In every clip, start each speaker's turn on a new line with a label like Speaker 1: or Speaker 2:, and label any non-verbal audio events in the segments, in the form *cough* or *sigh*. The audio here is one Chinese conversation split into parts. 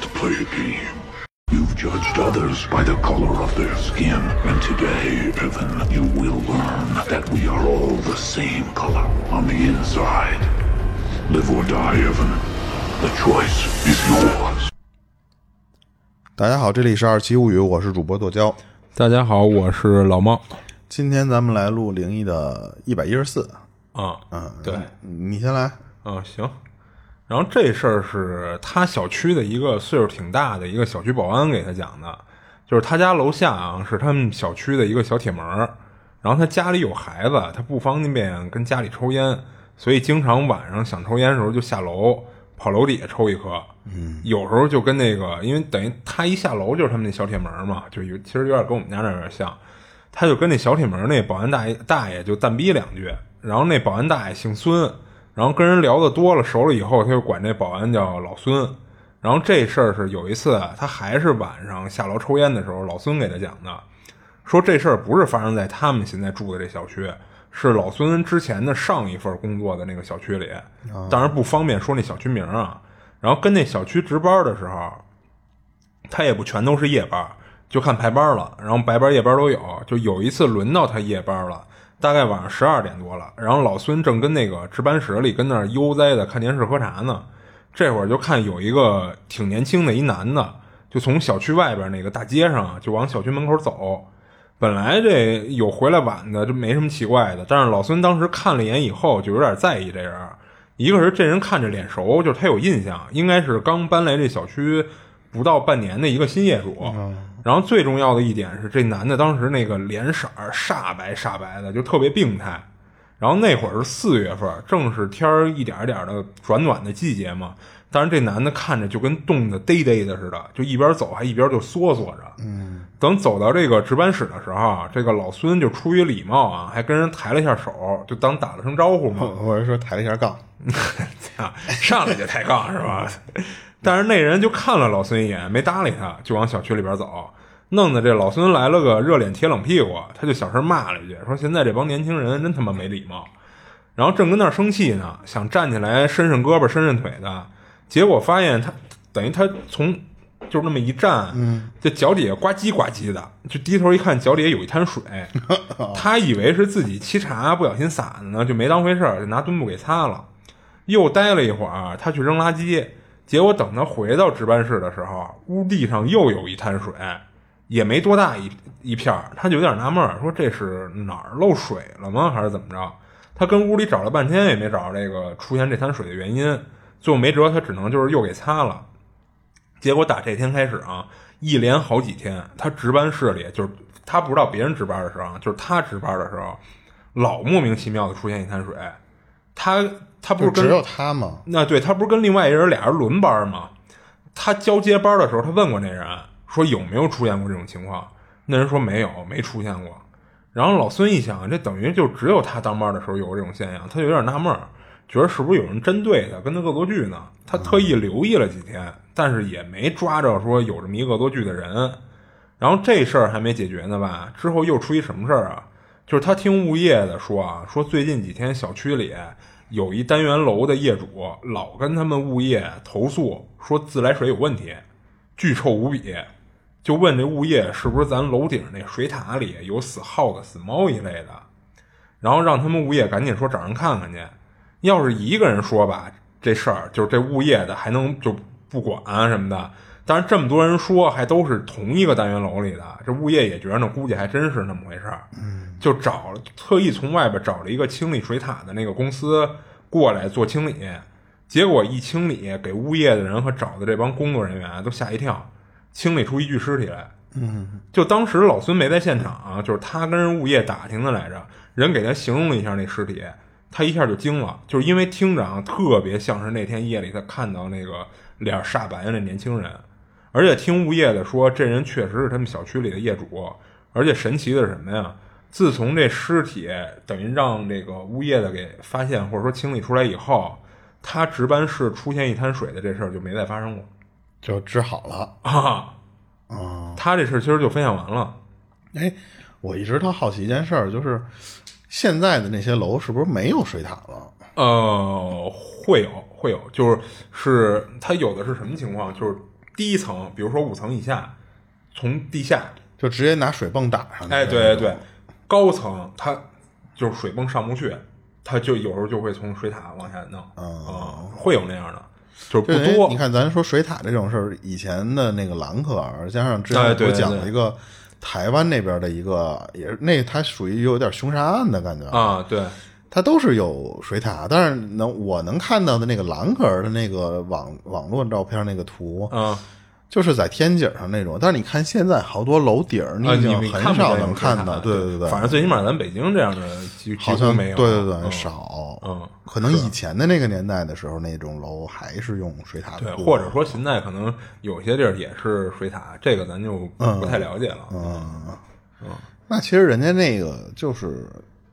Speaker 1: to play a game. You've judged others by the color of their skin, and today, Evan, you will learn that we are all the same color on the inside. Live or die, Evan. The choice is yours.
Speaker 2: 大家好，这里是二七物语，我是主播剁椒。
Speaker 3: 大家好，我是老猫
Speaker 2: 今天咱们来录灵异的一百一十四，
Speaker 3: 啊，嗯，对，
Speaker 2: 你先来。
Speaker 3: 嗯，行。然后这事儿是他小区的一个岁数挺大的一个小区保安给他讲的，就是他家楼下啊是他们小区的一个小铁门儿，然后他家里有孩子，他不方便跟家里抽烟，所以经常晚上想抽烟的时候就下楼跑楼底下抽一颗，嗯，有时候就跟那个，因为等于他一下楼就是他们那小铁门儿嘛，就有其实有点跟我们家那儿有点像，他就跟那小铁门那保安大爷大爷就淡逼两句，然后那保安大爷姓孙，然后跟人聊的多了熟了以后，他就管这保安叫老孙。然后这事儿是有一次啊他还是晚上下楼抽烟的时候，老孙给他讲的，说这事儿不是发生在他们现在住的这小区，是老孙之前的上一份工作的那个小区里，当然不方便说那小区名儿啊。然后跟那小区值班的时候，他也不全都是夜班，就看排班了，然后白班、夜班都有。就有一次轮到他夜班了，大概晚上十二点多了，然后老孙正跟那个值班室里跟那儿悠哉的看电视喝茶呢，这会儿就看有一个挺年轻的一男的，就从小区外边那个大街上啊就往小区门口走。本来这有回来晚的，这没什么奇怪的。但是老孙当时看了一眼以后，就有点在意这人。一个是这人看着脸熟，就是他有印象，应该是刚搬来这小区不到半年的一个新业主。然后最重要的一点是，这男的当时那个脸色儿煞白煞白的，就特别病态。然后那会儿是四月份，正是天儿一点儿一点的转暖的季节嘛。但是这男的看着就跟冻得嘚嘚的似的，就一边走还一边就缩缩着。嗯，等走到这个值班室的时候，啊这个老孙就出于礼貌啊，还跟人抬了一下手，就当打了声招呼嘛。
Speaker 2: 我是说抬了一下杠，
Speaker 3: *laughs* 啊，上来就抬杠是吧？但是那人就看了老孙一眼，没搭理他，就往小区里边走，弄得这老孙来了个热脸贴冷屁股，他就小声骂了一句，说现在这帮年轻人真他妈没礼貌。然后正跟那儿生气呢，想站起来伸伸胳膊伸伸腿的，结果发现他等于他从就是那么一站，嗯，这脚底下呱唧呱唧的，就低头一看，脚底下有一滩水，他以为是自己沏茶不小心洒的呢，就没当回事儿，就拿墩布给擦了。又待了一会儿，他去扔垃圾，结果等他回到值班室的时候，屋地上又有一滩水，也没多大一一片儿，他就有点纳闷儿，说这是哪儿漏水了吗，还是怎么着？他跟屋里找了半天也没找着这个出现这滩水的原因，最后没辙，他只能就是又给擦了。结果打这天开始啊，一连好几天，他值班室里就是他不知道别人值班的时候啊，就是他值班的时候，老莫名其妙的出现一滩水。他他不是
Speaker 2: 就
Speaker 3: 跟
Speaker 2: 只有他吗？
Speaker 3: 那对他不是跟另外一人俩人轮班吗？他交接班的时候，他问过那人说有没有出现过这种情况，那人说没有，没出现过。然后老孙一想，这等于就只有他当班的时候有这种现象，他就有点纳闷儿，觉得是不是有人针对他，跟他恶作剧呢？他特意留意了几天，但是也没抓着说有这么一恶作剧的人。然后这事儿还没解决呢吧？之后又出一什么事儿啊？就是他听物业的说啊，说最近几天小区里有一单元楼的业主老跟他们物业投诉，说自来水有问题，巨臭无比，就问这物业是不是咱楼顶那水塔里有死耗子、死猫一类的，然后让他们物业赶紧说找人看看去。要是一个人说吧，这事儿就是这物业的还能就不管啊什么的。但是这么多人说，还都是同一个单元楼里的，这物业也觉得呢，估计还真是那么回事儿。嗯，就找了特意从外边找了一个清理水塔的那个公司过来做清理，结果一清理，给物业的人和找的这帮工作人员都吓一跳，清理出一具尸体来。就当时老孙没在现场啊，就是他跟人物业打听的来着，人给他形容了一下那尸体，他一下就惊了，就是因为听着啊，特别像是那天夜里他看到那个脸煞白的那年轻人，而且听物业的说，这人确实是他们小区里的业主，而且神奇的是什么呀？自从这尸体等于让这个物业的给发现或者说清理出来以后，他值班室出现一滩水的这事儿就没再发生过。 *laughs*
Speaker 2: 就治好了。
Speaker 3: 啊，他这事儿其实就分享完了。
Speaker 2: 哎，我一直特好奇一件事儿，就是现在的那些楼是不是没有水塔了？
Speaker 3: 呃，会有会有，就是是它有的是什么情况？就是低层，比如说五层以下，从地下，
Speaker 2: 就直接拿水泵打上去。
Speaker 3: 哎，对对对，高层它就是水泵上不去，它就有时候就会从水塔往下弄，啊、会有那样的，就是不
Speaker 2: 哦就因为
Speaker 3: 多。
Speaker 2: 你看，咱说水塔这种事儿，以前的那个兰可儿，加上之
Speaker 3: 哎
Speaker 2: 前
Speaker 3: 对
Speaker 2: 我讲
Speaker 3: 对
Speaker 2: 了一个台湾那边的一个，也是那它属于有点凶杀案的感觉，
Speaker 3: 啊，对，
Speaker 2: 它都是有水塔，但是能我能看到的那个兰可儿的那个网网络照片那个图，
Speaker 3: 嗯，
Speaker 2: 就是在天井上那种。但是你看现在好多楼顶儿，
Speaker 3: 啊，
Speaker 2: 已
Speaker 3: 你
Speaker 2: 经
Speaker 3: 你
Speaker 2: 很
Speaker 3: 不
Speaker 2: 少
Speaker 3: 见
Speaker 2: 能
Speaker 3: 水
Speaker 2: 看
Speaker 3: 塔
Speaker 2: 到，对对对，
Speaker 3: 反正最起码咱北京这样的几几
Speaker 2: 好
Speaker 3: 乎
Speaker 2: 像
Speaker 3: 没有，
Speaker 2: 对对对，
Speaker 3: 嗯
Speaker 2: 少，
Speaker 3: 嗯
Speaker 2: 可能以前的那个年代的时候，那种楼还是用水塔
Speaker 3: 对，
Speaker 2: 多
Speaker 3: 或者说现在可能有些地儿也是水塔，这个咱就
Speaker 2: 嗯
Speaker 3: 不太了解了。嗯
Speaker 2: 那其实人家那个就是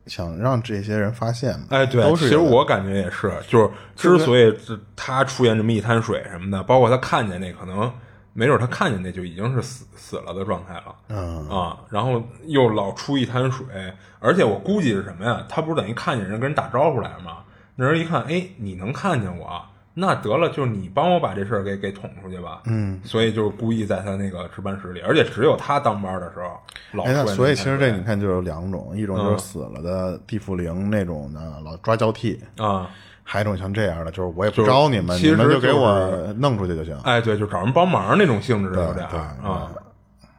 Speaker 2: 想让这些人发现嘛，
Speaker 3: 哎，对，
Speaker 2: 都
Speaker 3: 其
Speaker 2: 是
Speaker 3: 实
Speaker 2: 有的
Speaker 3: 我感觉也是，就是之所以这他出现这么一滩水什么的，包括他看见那可能没准他看见那就已经是死死了的状态了，
Speaker 2: 嗯
Speaker 3: 啊，然后又老出一滩水，而且我估计是什么呀？他不是等于看见人跟人打招呼来了吗？那人一看，哎，你能看见我，那得了，就是你帮我把这事儿给给捅出去吧。嗯，所以就是故意在他那个值班室里，而且只有他当班的时候老出
Speaker 2: 哎，
Speaker 3: 现
Speaker 2: 那
Speaker 3: 那滩
Speaker 2: 所以其实这
Speaker 3: 水
Speaker 2: 你看就有两种，一种
Speaker 3: 嗯
Speaker 2: 就是死了的地缚灵那种的，老抓交替；
Speaker 3: 啊，
Speaker 2: 还有一种像这样的，就是我也
Speaker 3: 就
Speaker 2: 不
Speaker 3: 是
Speaker 2: 招你们，
Speaker 3: 其实
Speaker 2: 你们给
Speaker 3: 就
Speaker 2: 我弄出去就行。
Speaker 3: 哎，对，就找人帮忙那种性质
Speaker 2: 对
Speaker 3: 有点
Speaker 2: 对
Speaker 3: 儿啊，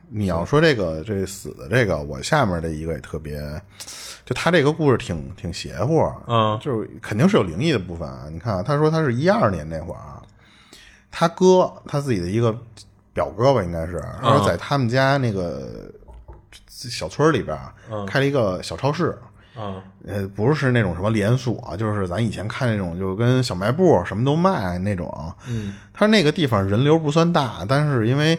Speaker 2: 你要说这个这死的这个，我下面的一个也特别，就他这个故事挺挺邪乎啊，
Speaker 3: 嗯
Speaker 2: 就是肯定是有灵异的部分啊。你看啊，他说他是一二年那会儿啊，他哥他自己的一个表哥吧，应该是，
Speaker 3: 嗯
Speaker 2: 他说在他们家那个小村儿里边啊开了一个小超市，
Speaker 3: 嗯
Speaker 2: 呃，不是那种什么连锁啊，就是咱以前看那种，就跟小卖部什么都卖那种。嗯，它那个地方人流不算大，但是因为，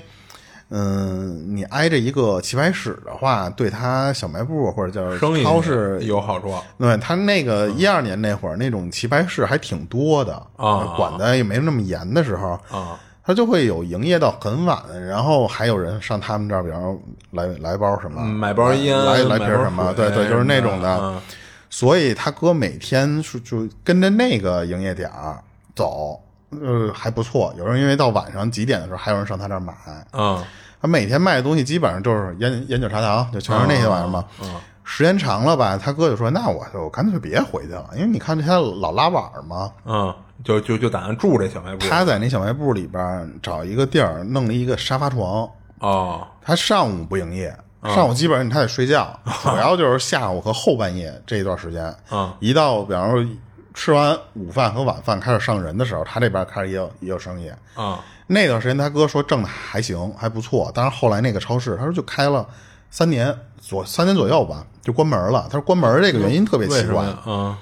Speaker 2: 嗯，你挨着一个棋牌室的话，对它小卖部或者叫
Speaker 3: 生意
Speaker 2: 超市
Speaker 3: 有好处。啊
Speaker 2: 对他那个一二年那会儿，那种棋牌室还挺多的
Speaker 3: 啊
Speaker 2: 管的也没那么严的时候
Speaker 3: 啊，
Speaker 2: 他就会有营业到很晚，然后还有人上他们这儿，比方说来来包什么，
Speaker 3: 嗯买包烟
Speaker 2: 来来
Speaker 3: 买
Speaker 2: 瓶
Speaker 3: 包
Speaker 2: 什么，
Speaker 3: 水
Speaker 2: 对对，就是那种
Speaker 3: 什么的
Speaker 2: 的。所以他哥每天是就跟着那个营业点儿走，呃，还不错。有人因为到晚上几点的时候，还有人上他这儿买，
Speaker 3: 嗯
Speaker 2: 他每天卖的东西基本上就是烟烟酒茶糖，就全是那些玩意儿嘛。时间长了吧，他哥就说：“那我就干脆别回去了，因为你看这他老拉碗儿嘛。
Speaker 3: 嗯，就就就打算住这小卖部。
Speaker 2: 他在那小卖部里边儿找一个地儿弄了一个沙发床，
Speaker 3: 哦，
Speaker 2: 他上午不营业，上午基本上他得睡觉，主要就是下午和后半夜这一段时间。
Speaker 3: 啊
Speaker 2: 一到比方说吃完午饭和晚饭开始上人的时候，他这边开始也有也有生意。
Speaker 3: 啊
Speaker 2: 那段时间他哥说挣的还行，还不错。但是后来那个超市，他说就开了三年左三年左右吧，就关门了。他说关门这个原因特别
Speaker 3: 为
Speaker 2: 奇
Speaker 3: 什么
Speaker 2: 怪，
Speaker 3: 呀？嗯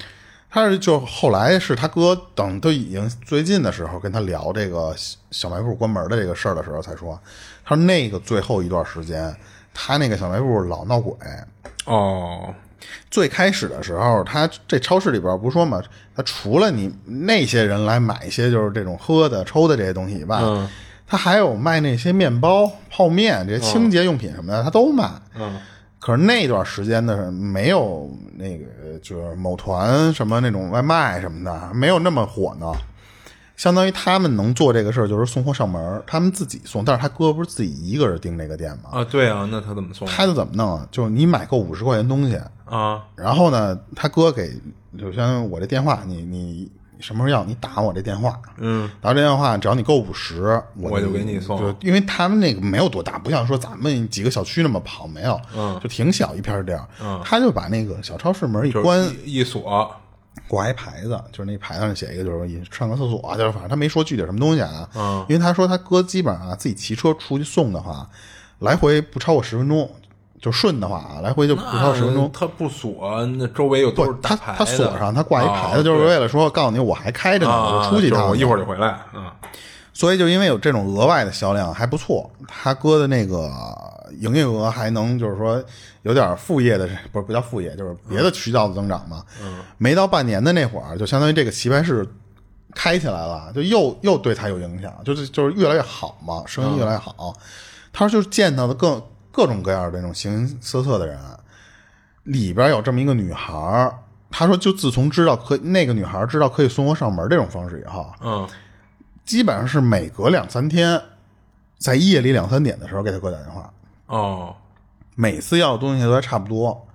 Speaker 2: 他是就后来是他哥等都已经最近的时候跟他聊这个小小卖部关门的这个事儿的时候才说，他说那个最后一段时间，他那个小卖部老闹鬼。
Speaker 3: 哦
Speaker 2: 最开始的时候，他这超市里边不是说嘛，他除了你那些人来买一些就是这种喝的、抽的这些东西以外，他还有卖那些面包、泡面这些清洁用品什么的，他都卖。嗯。可是那段时间的没有那个就是某团什么那种外卖什么的，没有那么火呢。相当于他们能做这个事儿，就是送货上门儿，他们自己送。但是他哥不是自己一个人盯这个店吗？
Speaker 3: 啊，对啊，那他怎么送
Speaker 2: 他就怎么弄啊？就是你买够五十块钱东西，
Speaker 3: 啊？
Speaker 2: 然后呢，他哥给就相当于我这电话，你你什么时候要，你打我这电话，
Speaker 3: 嗯，
Speaker 2: 打这电话，只要你够五十，
Speaker 3: 我
Speaker 2: 我
Speaker 3: 就给你送
Speaker 2: 就因为他们那个没有多大，不像说咱们几个小区那么跑，没有，嗯，就挺小一片儿地儿，嗯，他就把那个小超市门一
Speaker 3: 就是
Speaker 2: 关，
Speaker 3: 一一锁
Speaker 2: 挂一牌子，就是那牌子上写一个，就是说上个厕所啊，就是反正他没说具体什么东西啊，嗯，因为他说他哥基本上啊自己骑车出去送的话，来回不超过十分钟，就顺的话啊，来回就不超过十分钟
Speaker 3: 啊，他不锁，那周围有都
Speaker 2: 不
Speaker 3: 是，
Speaker 2: 他
Speaker 3: 大牌
Speaker 2: 他
Speaker 3: 子
Speaker 2: 锁上，他挂一牌子，
Speaker 3: 哦
Speaker 2: 就是为了说告诉你我还开着
Speaker 3: 对
Speaker 2: 呢，
Speaker 3: 啊，
Speaker 2: 我出去一
Speaker 3: 就是
Speaker 2: 趟。
Speaker 3: 我一会儿就回来啊。
Speaker 2: 所以就因为有这种额外的销量还不错，他哥的那个营业额还能就是说有点副业的， *laughs* 不是不叫副业，就是别的渠道的增长嘛。嗯，没到半年的那会儿，就相当于这个棋牌室开起来了，就又又对他有影响，就是就是越来越好嘛，生意越来越好。他说就是见到的各各种各样的那种形形色色的人，里边有这么一个女孩儿。他说，就自从知道可那个女孩儿知道可以送货上门这种方式以后，
Speaker 3: 嗯
Speaker 2: 基本上是每隔两三天在夜里两三点的时候给他哥打电话，
Speaker 3: 哦，
Speaker 2: 每次要的东西都还差不多，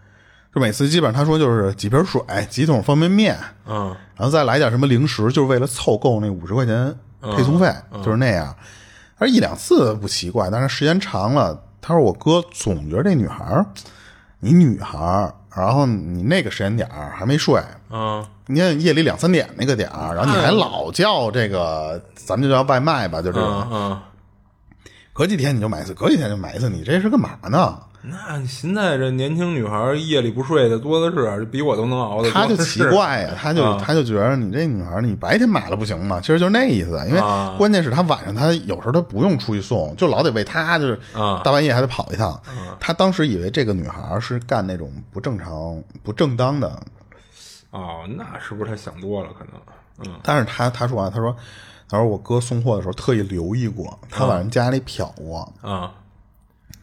Speaker 2: 就每次基本上他说就是几瓶水、几桶方便面，
Speaker 3: 嗯
Speaker 2: 然后再来点什么零食，就是为了凑够那五十块钱配送费，就是那样。他说一两次不奇怪，但是时间长了，他说我哥总觉得这女孩儿，你女孩儿，然后你那个时间点儿还没睡，
Speaker 3: 嗯
Speaker 2: 你看夜里两三点那个点儿，然后你还老叫这个，咱们就叫外卖吧，就这种，
Speaker 3: 嗯嗯，
Speaker 2: 隔几天你就买一次，隔几天就买一次，你这是干嘛呢？
Speaker 3: 那现在这年轻女孩夜里不睡的多的是，比我都啊能熬的。
Speaker 2: 他就奇，怪呀、他就、他就觉得你这女孩儿，你白天买了不行吗？其实就是那意思，因为
Speaker 3: 啊
Speaker 2: 关键是他晚上他有时候他不用出去送，就老得为他就是
Speaker 3: 啊
Speaker 2: 大半夜还得跑一趟。他当时以为这个女孩儿是干那种不正常、不正当的，
Speaker 3: 哦，那是不是他想多了？可能，嗯
Speaker 2: 但是他他说啊，他说他说我哥送货的时候特意留意过，他往人家里瞟过，
Speaker 3: 啊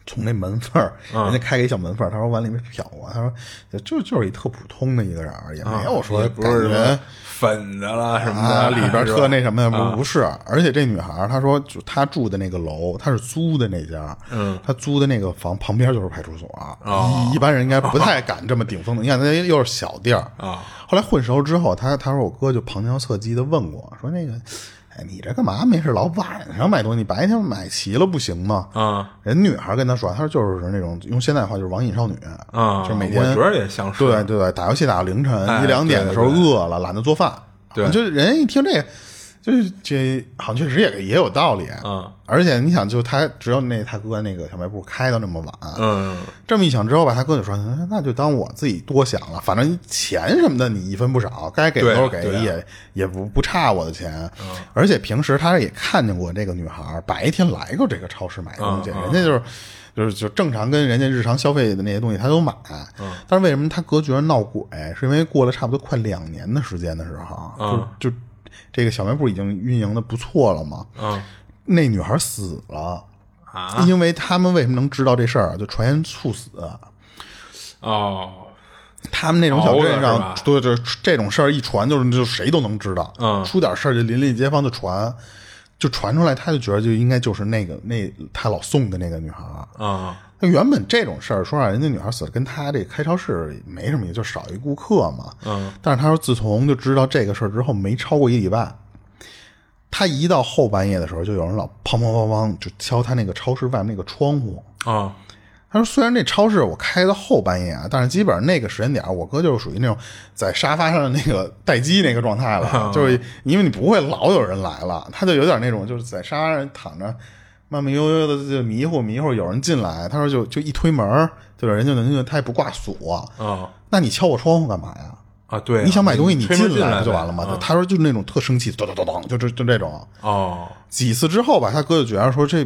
Speaker 2: 从那门缝儿，人家开个一小门缝儿，他说往里面瞟我，他说就就是一特普通的一个人啊儿，也没有说
Speaker 3: 也
Speaker 2: 感
Speaker 3: 不是什
Speaker 2: 觉
Speaker 3: 么粉的啦什么
Speaker 2: 啊
Speaker 3: 的，
Speaker 2: 里边啊
Speaker 3: 是吧
Speaker 2: 特那什么的，不不是。而且这女孩儿她说，就她住的那个楼，她是租的那家，嗯，哦她租的那个房旁边就是派出所，啊一一般人应该不太敢这么顶风的。你看，她又是小地儿
Speaker 3: 啊。
Speaker 2: 后来混熟之后，她她说我哥就旁敲侧击的问过，说那个，哎，你这干嘛没事老晚上买东西？你白天买齐了不行吗？
Speaker 3: 啊。
Speaker 2: 人女孩跟他说，他说就是那种用现代话就是网瘾少女
Speaker 3: 啊
Speaker 2: 就是每天
Speaker 3: 我觉得也像是
Speaker 2: 对对对，打游戏打到凌晨、
Speaker 3: 哎
Speaker 2: 一两点的时候
Speaker 3: 对对对
Speaker 2: 饿了，懒得做饭，啊
Speaker 3: 对
Speaker 2: 就是人一听这，就是这好像确实也也有道理，
Speaker 3: 嗯，
Speaker 2: 而且你想，就他只有那他哥那个小卖部开到那么晚，
Speaker 3: 嗯，
Speaker 2: 这么一想之后吧，他哥就说，嗯那就当我自己多想了，反正钱什么的你一分不少，该给的都是给，
Speaker 3: 对啊对啊嗯
Speaker 2: 也也不不差我的钱，而且平时他也看见过这个女孩儿白天来过这个超市买东
Speaker 3: 嗯
Speaker 2: 西，人家就是。就是就正常跟人家日常消费的那些东西，他都买。
Speaker 3: 嗯
Speaker 2: 但是为什么他哥觉得闹鬼？是因为过了差不多快两年的时间的时候，啊
Speaker 3: 嗯
Speaker 2: 就就这个小卖部已经运营的不错了嘛。
Speaker 3: 嗯
Speaker 2: 那女孩死了，
Speaker 3: 啊
Speaker 2: 因为他们为什么能知道这事儿啊？就传言猝死，
Speaker 3: 哦，
Speaker 2: 他们那种小镇
Speaker 3: 熬了
Speaker 2: 上
Speaker 3: 是吧，
Speaker 2: 对对，这种事儿一传就是就谁都能知道，
Speaker 3: 嗯
Speaker 2: 出点事儿就邻里街坊就传，就传出来，他就觉得就应该就是那个那他老送的那个女孩儿。
Speaker 3: 啊
Speaker 2: 那原本这种事儿，说实话，人家女孩死了跟他这开超市没什么，也就少一顾客嘛。
Speaker 3: 嗯，
Speaker 2: 但是他说自从就知道这个事儿之后，没超过一礼拜，他一到后半夜的时候，就有人老砰砰砰砰就敲他那个超市外面那个窗户。
Speaker 3: 啊
Speaker 2: 他说：“虽然那超市我开到后半夜啊，但是基本上那个时间点儿，我哥就是属于那种在沙发上的那个待机那个状态
Speaker 3: 啊
Speaker 2: 了，就是因为你不会老有人来了，他就有点那种就是在沙发上躺着，慢慢悠悠的就迷糊迷糊，有人进来，他说就就一推门儿，就是人就能进，他也不挂锁，
Speaker 3: 啊
Speaker 2: 那你敲我窗户干嘛呀？
Speaker 3: 啊！对啊，
Speaker 2: 你想买东西，
Speaker 3: 你
Speaker 2: 你
Speaker 3: 推门
Speaker 2: 进来
Speaker 3: 来呗啊
Speaker 2: 不就完了吗？他说就是那种特生气，咚咚咚咚，就这就这种。
Speaker 3: 哦， *laughs*
Speaker 2: 几次之后吧，他哥就觉得说这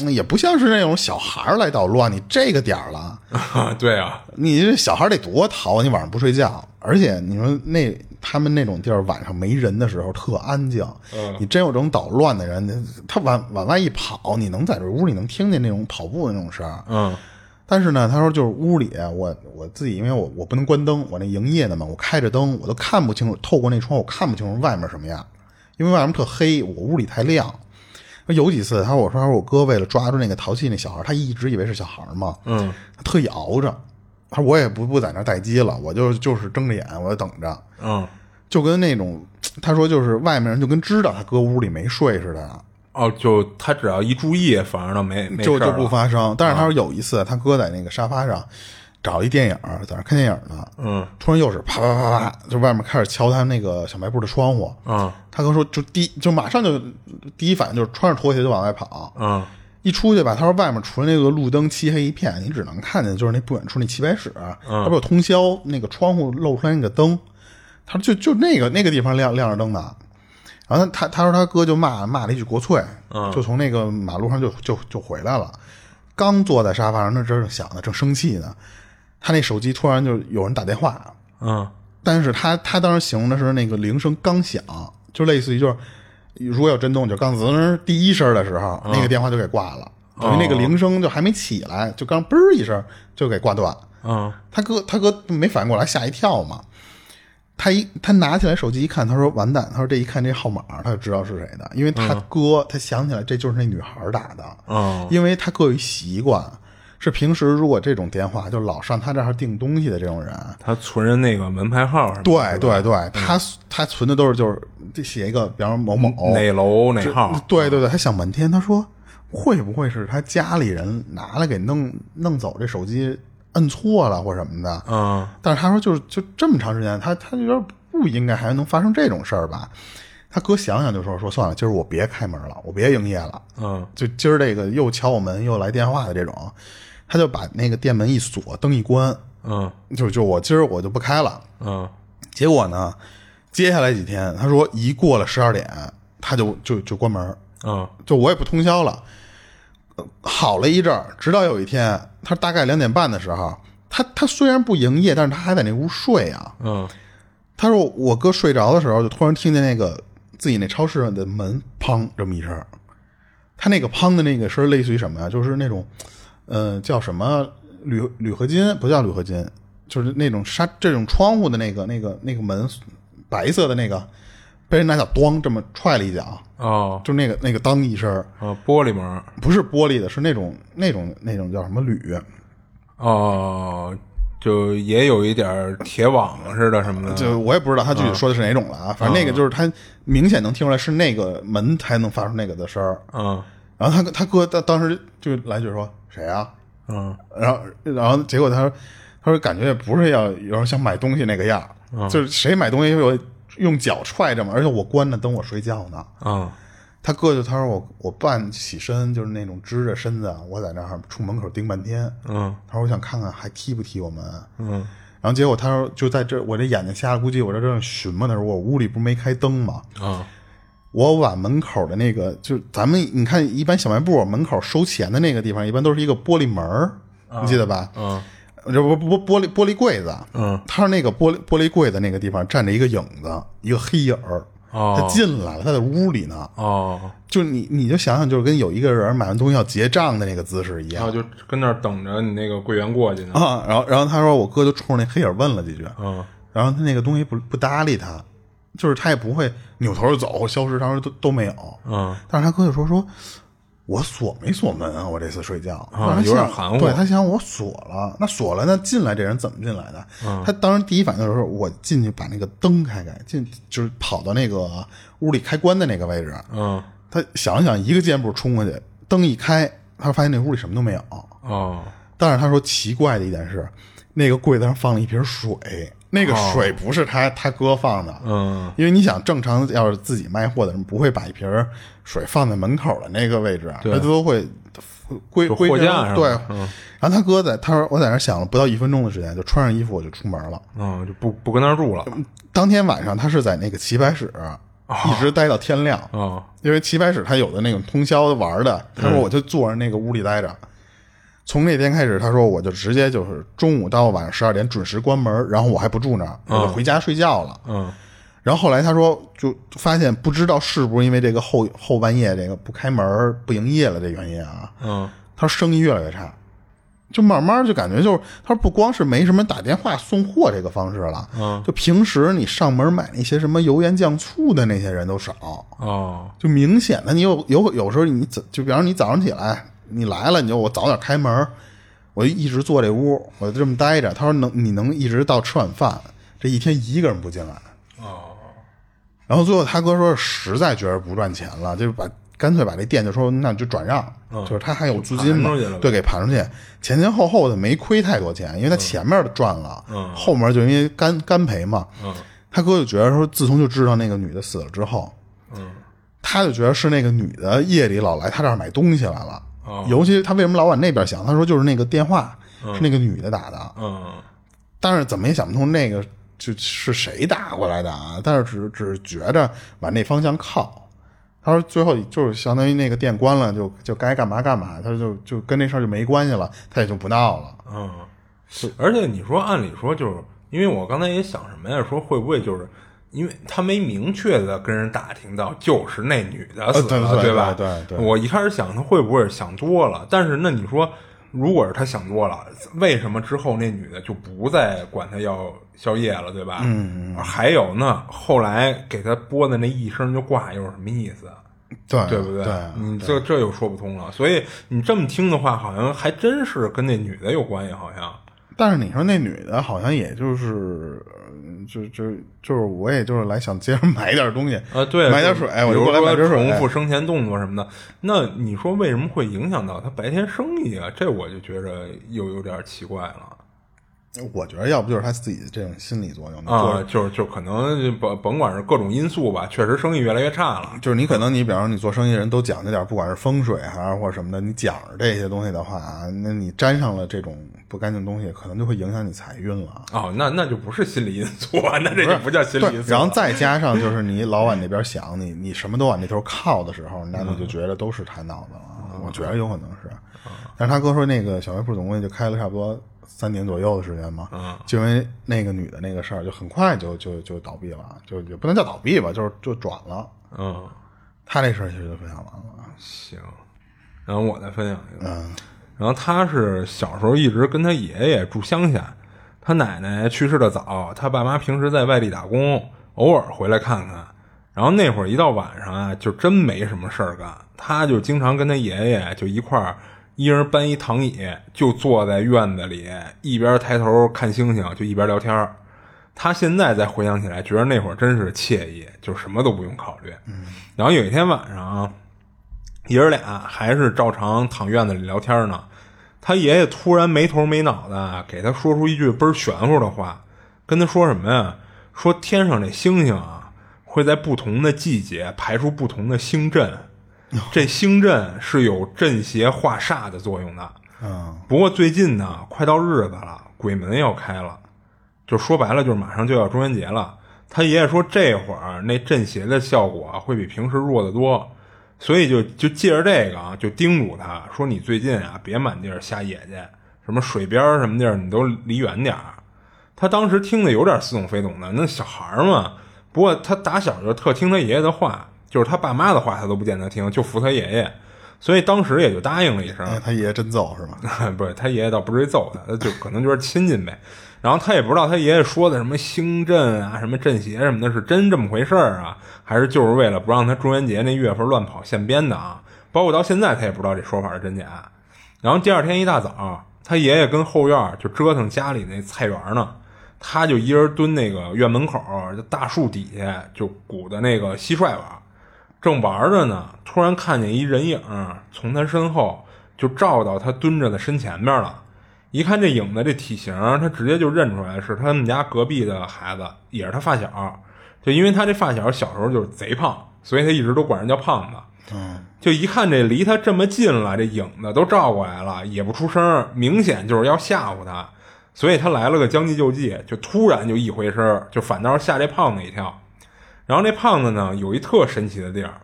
Speaker 2: 嗯也不像是那种小孩儿来捣乱，你这个点儿了。”
Speaker 3: 啊对啊，
Speaker 2: 你这小孩得多淘啊！你晚上不睡觉，而且你说那他们那种地儿晚上没人的时候特安静，你真有这种捣乱的人，你他往往外一跑，你能在这屋里能听见那种跑步的那种声儿。
Speaker 3: 嗯
Speaker 2: 但是呢，他说就是屋里我我自己，因为我我不能关灯，我那营业的嘛，我开着灯我都看不清楚，透过那窗我看不清楚外面什么样，因为外面特黑，我屋里太亮。有几次，他说我说我哥为了抓住那个淘气那小孩，他一直以为是小孩嘛，
Speaker 3: 嗯
Speaker 2: 他特意熬着。他说我也不不在那儿待机了，我就就是睁着眼，我就等着，
Speaker 3: 嗯，
Speaker 2: 就跟那种他说就是外面人就跟知道他哥屋里没睡似的，啊
Speaker 3: 哦，就他只要一注意，反而倒没没
Speaker 2: 就
Speaker 3: 事儿
Speaker 2: 就
Speaker 3: 了啊
Speaker 2: 不发生。但是他说有一次他哥在那个沙发上找一电影，在那儿看电影呢，
Speaker 3: 嗯
Speaker 2: 突然又是啪啪啪啪，就外面开始敲他那个小卖部的窗户。
Speaker 3: 嗯
Speaker 2: 他哥说就第就马上就第一反应就是穿着拖鞋就往外跑，
Speaker 3: 嗯
Speaker 2: 一出去吧，他说外面除了那个路灯漆黑一片，你只能看见就是那不远处那棋牌室，它不有通宵那个窗户露出来那个灯，他说就就那个那个地方亮亮着灯呢。然后他他说他哥就骂骂了一句国粹，就从那个马路上就就就回来了，刚坐在沙发上，那正想呢，正生气呢，他那手机突然就有人打电话，
Speaker 3: 嗯
Speaker 2: 但是他他当时形容的是那个铃声刚响，就类似于就是如果有震动，就刚滋第一声的时候，那个电话就给挂了，等于那个铃声就还没起来，就刚嘣儿一声就给挂断。
Speaker 3: 嗯
Speaker 2: 他哥他哥没反应过来，吓一跳嘛。他一他拿起来手机一看，他说完蛋，他说这一看这号码，他就知道是谁的，因为他哥、他想起来这就是那女孩打的，
Speaker 3: 哦
Speaker 2: 因为他哥有一习惯，是平时如果这种电话就老上他这儿订东西的这种人，
Speaker 3: 他存着那个门牌号什么
Speaker 2: 对
Speaker 3: 的，
Speaker 2: 对对，他他存的都是就是这写一个，比方说某某
Speaker 3: 哪楼哪号，
Speaker 2: 对对对，他想半天，他说会不会是他家里人拿来给弄弄走这手机，摁错了或什么的？
Speaker 3: 嗯，
Speaker 2: 但是他说就是就这么长时间，他他就觉得不应该还能发生这种事儿吧？他哥想想就说说算了，今儿我别开门了，我别营业了，
Speaker 3: 嗯，
Speaker 2: 就今儿这个又敲我门又来电话的这种，他就把那个店门一锁，灯一关，
Speaker 3: 嗯
Speaker 2: 就就我今儿我就不开了。
Speaker 3: 嗯
Speaker 2: 结果呢，接下来几天，他说一过了十二点，他就就就关门，
Speaker 3: 嗯
Speaker 2: 就我也不通宵了。呃好了一阵儿，直到有一天，他大概两点半的时候，他他虽然不营业，但是他还在那屋睡啊。
Speaker 3: 嗯
Speaker 2: 他说我哥睡着的时候，就突然听见那个自己那超市的门砰这么一声儿，他那个砰的那个声儿类似于什么呀？就是那种，呃，叫什么铝铝合金？不叫铝合金，就是那种纱这种窗户的那个那个那个门，白色的那个，被人拿脚咣这么踹了一脚，
Speaker 3: 哦
Speaker 2: 就那个那个当一声儿。
Speaker 3: 哦，玻璃门，
Speaker 2: 不是玻璃的，是那种那种那种叫什么铝，
Speaker 3: 哦，就也有一点儿铁网似的什么的，
Speaker 2: 就我也不知道他具体说的是哪种了啊。反正那个就是他明显能听出来是那个门才能发出那个的声儿。
Speaker 3: 嗯
Speaker 2: 然后他他哥他当时就来句说谁啊？
Speaker 3: 嗯
Speaker 2: 然后然后结果他说他说感觉也不是要有人想买东西那个样儿，就是谁买东西我用脚踹着嘛，而且我关着灯我睡觉呢。
Speaker 3: 嗯
Speaker 2: 他哥就他说我我半起身就是那种支着身子啊，我在那儿冲门口盯半天。
Speaker 3: 嗯
Speaker 2: 他说我想看看还踢不踢我们。啊
Speaker 3: 嗯
Speaker 2: 然后结果他说就在这，我这眼睛瞎了，估计我这正寻摸的时候，我屋里不是没开灯吗？
Speaker 3: 嗯
Speaker 2: 我把门口的那个，就是咱们你看，一般小卖部门口收钱的那个地方，一般都是一个玻璃门儿，你记得吧？
Speaker 3: 嗯
Speaker 2: 这不不玻璃玻璃柜子，
Speaker 3: 嗯，
Speaker 2: 他那个玻璃玻璃柜子那个地方站着一个影子，一个黑影儿，
Speaker 3: 哦
Speaker 2: 他进来了，他在屋里呢，
Speaker 3: 哦，
Speaker 2: 就你你就想想，就是跟有一个人买完东西要结账的那个姿势一
Speaker 3: 然
Speaker 2: 样
Speaker 3: 后就跟那儿等着你那个柜员过去呢，
Speaker 2: 啊。然后然后他说，我哥就冲着那黑影问了几句，
Speaker 3: 嗯
Speaker 2: 然后他那个东西不不搭理他，就是他也不会扭头就走消失，当时都都没有。
Speaker 3: 嗯
Speaker 2: 但是他哥就说说，我锁没锁门啊？我这次睡觉
Speaker 3: 啊
Speaker 2: 然后他
Speaker 3: 有点
Speaker 2: 想
Speaker 3: 含糊
Speaker 2: 对他想我锁了，那锁了，那进来这人怎么进来的？
Speaker 3: 嗯
Speaker 2: 他当时第一反应就是说我进去把那个灯开开，进就是跑到那个屋里开关的那个位置。
Speaker 3: 嗯
Speaker 2: 他想想一个箭步冲过去，灯一开，他发现那屋里什么都没有。
Speaker 3: 哦
Speaker 2: 但是他说奇怪的一点是，那个柜子上放了一瓶水，那个水不是他、他哥放的，
Speaker 3: 哦嗯
Speaker 2: 因为你想，正常要是自己卖货的人不会把一瓶水放在门口的那个位置啊，他都会归
Speaker 3: 就
Speaker 2: 归
Speaker 3: 货
Speaker 2: 置
Speaker 3: 架上嗯
Speaker 2: 对
Speaker 3: 嘛。
Speaker 2: 然后他哥在他说我在那儿想了不到一分钟的时间，就穿上衣服我就出门了。
Speaker 3: 嗯，就不不跟那儿住了，
Speaker 2: 当天晚上他是在那个棋牌室。一直待到天亮，
Speaker 3: 哦
Speaker 2: 因为棋牌室他有的那种通宵玩的，他说我就坐着那个屋里待着。从那天开始，他说我就直接就是中午到晚上十二点准时关门，然后我还不住那儿，我就回家睡觉了。
Speaker 3: 嗯
Speaker 2: 然后后来他说，就发现不知道是不是因为这个后后半夜这个不开门不营业了这原因啊，
Speaker 3: 嗯
Speaker 2: 他说生意越来越差，就慢慢就感觉就是他说不光是没什么打电话送货这个方式了，
Speaker 3: 嗯
Speaker 2: 就平时你上门买那些什么油盐酱醋的那些人都少，
Speaker 3: 哦
Speaker 2: 就明显的你有有有时候你早就比方说你早上起来你来了，你就我早点开门，我就一直坐这屋，我就这么待着。他说能你能一直到吃晚饭，这一天一个人不进来。
Speaker 3: 哦
Speaker 2: 然后最后他哥说实在觉得不赚钱了，就把干脆把这店就说那就转让，就是他还有租金嘛
Speaker 3: 嗯盘出去了呗，嗯
Speaker 2: 对，给盘出去，前前后后的没亏太多钱，因为他前面赚了，后面就因为干干赔嘛，
Speaker 3: 嗯
Speaker 2: 他哥就觉得说，自从就知道那个女的死了之后，他就觉得是那个女的夜里老来他这儿买东西来了，
Speaker 3: 哦
Speaker 2: 尤其他为什么老往那边想，他说就是那个电话是那个女的打的，
Speaker 3: 嗯
Speaker 2: 但是怎么也想不通那个就是谁打过来的啊？但是只只是觉着往那方向靠。他说最后就是相当于那个店关了，就就该干嘛干嘛，他就就跟这事儿就没关系了，他也就不闹了。
Speaker 3: 嗯，而且你说，按理说就是，因为我刚才也想什么呀？说会不会就是，因为他没明确的跟人打听到就是那女的死了，
Speaker 2: 呃对对
Speaker 3: 吧？
Speaker 2: 对对对
Speaker 3: 我一开始想他会不会是想多了，但是那你说如果是他想多了，为什么之后那女的就不再管他要宵夜了，对吧？嗯，还有呢，后来给他拨的那一声就挂，又是什么意思？
Speaker 2: 对
Speaker 3: 对
Speaker 2: 对
Speaker 3: 嗯不
Speaker 2: 对啊
Speaker 3: 你这这又说不通了。所以你这么听的话，好像还真是跟那女的有关系，好像。
Speaker 2: 但是你说那女的，好像也就是，呃就就就是，我也就是来想街上买点东西
Speaker 3: 啊，对，
Speaker 2: 买点
Speaker 3: 就
Speaker 2: 水，哎我就
Speaker 3: 比
Speaker 2: 过
Speaker 3: 如
Speaker 2: 来买点
Speaker 3: 说
Speaker 2: 水。
Speaker 3: 重复生前动作什么的。那你说为什么会影响到他白天生意啊？这我就觉着又有点奇怪了
Speaker 2: 我觉得要不就是她自己的这种心理作用就
Speaker 3: 啊！
Speaker 2: 是
Speaker 3: 就是就可能就甭甭管是各种因素吧，确实生意越来越差了。
Speaker 2: 就是你可能你比方说你做生意人都讲究点，不管是风水还是或者什么的，你讲着这些东西的话，那你沾上了这种不干净的东西，可能就会影响你财运了。
Speaker 3: 哦，那那就不是心理因素啊，那 *laughs* 这就不叫心理
Speaker 2: 对
Speaker 3: 因，素了。啊
Speaker 2: 然后再加上就是你老往那边想，你你什么都往那头靠的时候，那你就觉得都是他闹的了。
Speaker 3: 嗯
Speaker 2: 我觉得有可能是，但是他哥说那个小卖部总共也就开了差不多三年左右的时间嘛，
Speaker 3: 嗯
Speaker 2: 就因为那个女的那个事儿，就很快就就就倒闭了，就也不能叫倒闭吧，就是就转了。
Speaker 3: 嗯，
Speaker 2: 他这事儿其实就分享完了，
Speaker 3: 行，然后我再分享一个。然后他是小时候一直跟他爷爷住乡下，他奶奶去世的早，他爸妈平时在外地打工，偶尔回来看看。然后那会儿一到晚上啊，就真没什么事儿干，他就经常跟他爷爷就一块儿，一人搬一躺椅，就坐在院子里，一边抬头看星星，就一边聊天儿。他现在再回想起来，觉得那会儿真是惬意，就什么都不用考虑。然后有一天晚上啊，爷儿俩还是照常躺院子里聊天呢。他爷爷突然没头没脑的给他说出一句倍儿玄乎的话，跟他说什么呀？说天上这星星啊，会在不同的季节排出不同的星阵，这星阵是有镇邪化煞的作用的。
Speaker 2: 嗯，
Speaker 3: 不过最近呢，快到日子了，鬼门要开了，就说白了就是马上就要中元节了。他爷爷说这会儿那镇邪的效果啊会比平时弱得多，所以就就借着这个啊，就叮嘱他说你最近啊别满地儿瞎野去，什么水边儿什么地儿你都离远点儿。他当时听得有点似懂非懂的，那小孩儿嘛。不过他打小就特听他爷爷的话，就是他爸妈的话他都不见得听，就服他爷爷，所以当时也就答应了一声。
Speaker 2: 哎他爷爷真揍
Speaker 3: *laughs*
Speaker 2: 是吧？
Speaker 3: 不是他爷爷倒不至于揍他，他就可能就是亲近呗。然后他也不知道他爷爷说的什么星阵啊、什么阵邪什么的，是真这么回事儿啊，还是就是为了不让他中元节那月份乱跑现编的啊？包括到现在他也不知道这说法是真假。然后第二天一大早，他爷爷跟后院儿就折腾家里那菜园儿呢，他就一人蹲那个院门口儿，就大树底下就鼓的那个蟋蟀玩儿，正玩着呢，突然看见一人影儿从他身后就照到他蹲着的身前面了。一看这影子这体型儿，他直接就认出来是他们家隔壁的孩子，也是他发小。就因为他这发小小时候就是贼胖，所以他一直都管人叫胖子。
Speaker 2: 嗯
Speaker 3: 就一看这离他这么近了，这影子都照过来了，也不出声儿，明显就是要吓唬他，所以他来了个将计就计，就突然就一回身儿，就反倒是吓这胖子一跳。然后那胖子呢，有一特神奇的地儿，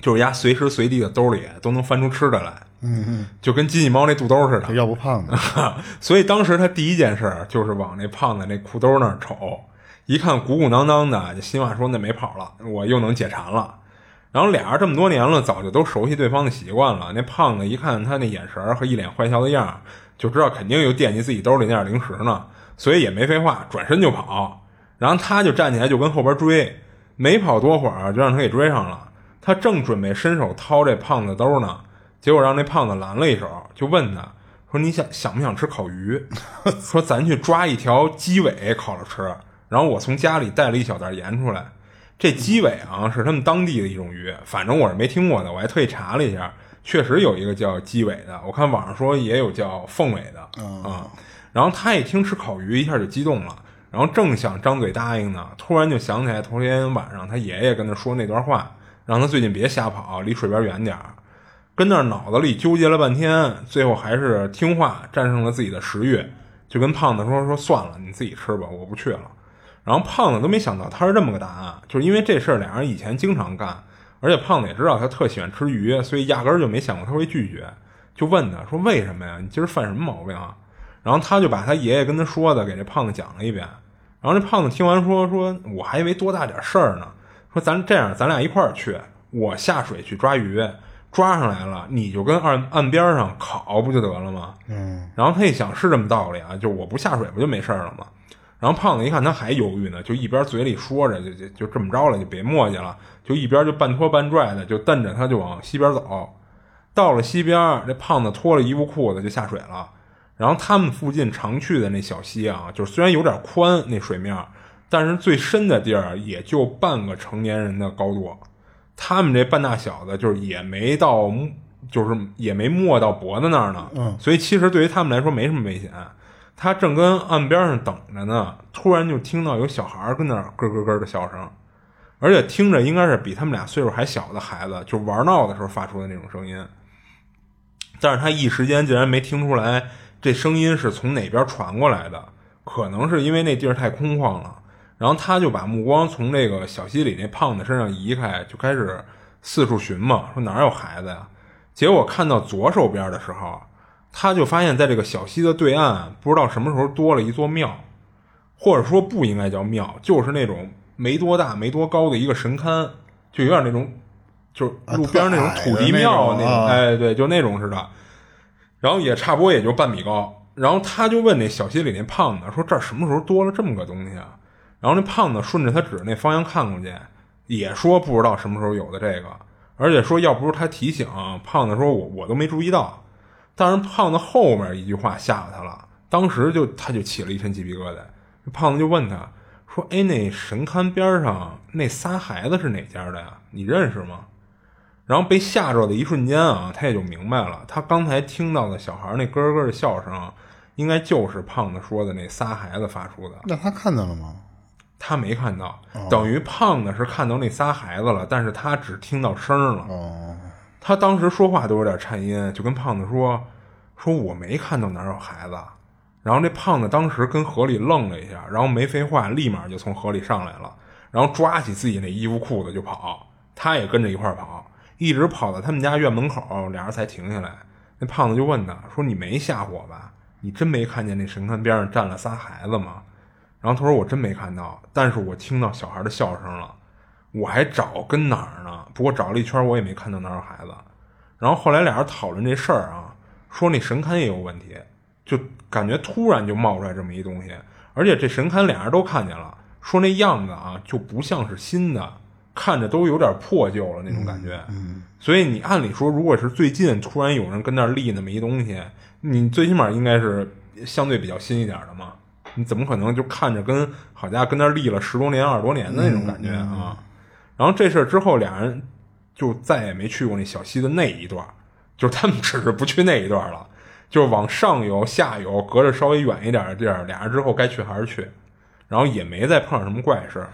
Speaker 3: 就是丫随时随地的兜里都能翻出吃的来，嗯嗯，就跟机器猫那肚兜似的
Speaker 2: 他，要不胖
Speaker 3: *laughs*
Speaker 2: 的，
Speaker 3: 所以当时他第一件事儿就是往那胖子那裤兜那儿瞅，一看鼓鼓囊囊的，就心话说那没跑了，我又能解馋了。然后俩人这么多年了，早就都熟悉对方的习惯了。那胖子一看他那眼神儿和一脸坏笑的样儿，就知道肯定又惦记自己兜里那点零食呢，所以也没废话，转身就跑。然后他就站起来就跟后边追，没跑多会儿就让他给追上了。他正准备伸手掏这胖子兜呢，结果让那胖子拦了一手，就问他说：“你想想不想吃烤鱼？ *laughs* 说咱去抓一条鸡尾烤着吃，然后我从家里带了一小袋盐出来。这鸡尾啊是他们当地的一种鱼，反正我是没听过的，我还特意查了一下，确实有一个叫鸡尾的，我看网上说也有叫凤尾的啊、然后他一听吃烤鱼，一下就激动了，然后正想张嘴答应呢，突然就想起来头天晚上他爷爷跟他说那段话，让他最近别瞎跑，离水边远点儿。跟那儿脑子里纠结了半天，最后还是听话战胜了自己的食欲，就跟胖子说说算了，你自己吃吧，我不去了。然后胖子都没想到他是这么个答案，就是因为这事儿俩人以前经常干，而且胖子也知道他特喜欢吃鱼，所以压根儿就没想过他会拒绝，就问他说为什么呀？你今儿犯什么毛病啊？然后他就把他爷爷跟他说的给这胖子讲了一遍，然后这胖子听完说说我还以为多大点事儿呢，说咱这样，咱俩一块儿去，我下水去抓鱼，抓上来了，你就跟岸岸边上烤不就得了吗？
Speaker 2: 嗯，
Speaker 3: 然后他一想是这么道理啊，就我不下水不就没事儿了吗？然后胖子一看他还犹豫呢，就一边嘴里说着就就就这么着了，就别磨叽了，就一边就半拖半拽的就瞪着他就往西边走。到了西边，这胖子脱了衣服裤子就下水了。然后他们附近常去的那小溪啊，就是虽然有点宽那水面儿，但是最深的地儿也就半个成年人的高度。他们这半大小子就是也没到，就是也没没到脖子那儿呢。嗯，所以其实对于他们来说没什么危险。他正跟岸边上等着呢，突然就听到有小孩儿跟那儿咯咯咯的笑声，而且听着应该是比他们俩岁数还小的孩子，就玩闹的时候发出的那种声音。但是他一时间竟然没听出来这声音是从哪边传过来的，可能是因为那地儿太空旷了。然后他就把目光从这个小溪里那胖子身上移开，就开始四处寻嘛，说哪儿有孩子呀？结果看到左手边的时候，他就发现在这个小溪的对岸，不知道什么时候多了一座庙，或者说不应该叫庙，就是那种没多大、没多高的一个神龛，就有点那种，就是路边那种土地庙
Speaker 2: 啊特矮的那种
Speaker 3: 那种，
Speaker 2: 啊
Speaker 3: 哎，对，就那种似的。然后也差不多也就半米高。然后他就问那小溪里那胖子说：“这儿什么时候多了这么个东西啊？”然后那胖子顺着他指那方向看过去，也说不知道什么时候有的这个，而且说要不是他提醒，胖子说我我都没注意到。但是胖子后面一句话吓着他了，当时就他就起了一身鸡皮疙瘩。这胖子就问他说：“哎，那神龛边上那仨孩子是哪家的呀？你认识吗？”然后被吓着的一瞬间啊，他也就明白咯，他刚才听到的小孩那咯咯的笑声啊，应该就是胖子说的那仨孩子发出的。
Speaker 2: 那他看见了吗？
Speaker 3: 他没看到，等于胖子是看到那仨孩子了，但是他只听到声儿了。
Speaker 2: 哦，
Speaker 3: 他当时说话都有点颤音，就跟胖子说：“说我没看到哪儿有孩子。”然后这胖子当时跟河里愣了一下，然后没废话，立马就从河里上来了，然后抓起自己那衣服裤子就跑，他也跟着一块儿跑，一直跑到他们家院门口，俩人才停下来。那胖子就问他说：“你没吓唬我吧？你真没看见那神龛边上站了仨孩子吗？”然后他说：“我真没看到，但是我听到小孩的笑声了。”我还找跟哪儿呢？不过找了一圈，我也没看到哪儿有孩子。然后后来俩人讨论这事儿啊，说那神龛也有问题，就感觉突然就冒出来这么一东西，而且这神龛俩人都看见了，说那样子啊就不像是新的，看着都有点破旧了那种感觉。所以你按理说，如果是最近突然有人跟那儿立那么一东西，你最起码应该是相对比较新一点的嘛。你怎么可能就看着跟好家伙跟那儿立了十多年、二十多年的那种感觉啊？然后这事儿之后，俩人就再也没去过那小溪的那一段儿，就是他们只是不去那一段儿了，就是往上游、下游隔着稍微远一点儿的地儿，俩人之后该去还是去，然后也没再碰上什么怪事儿。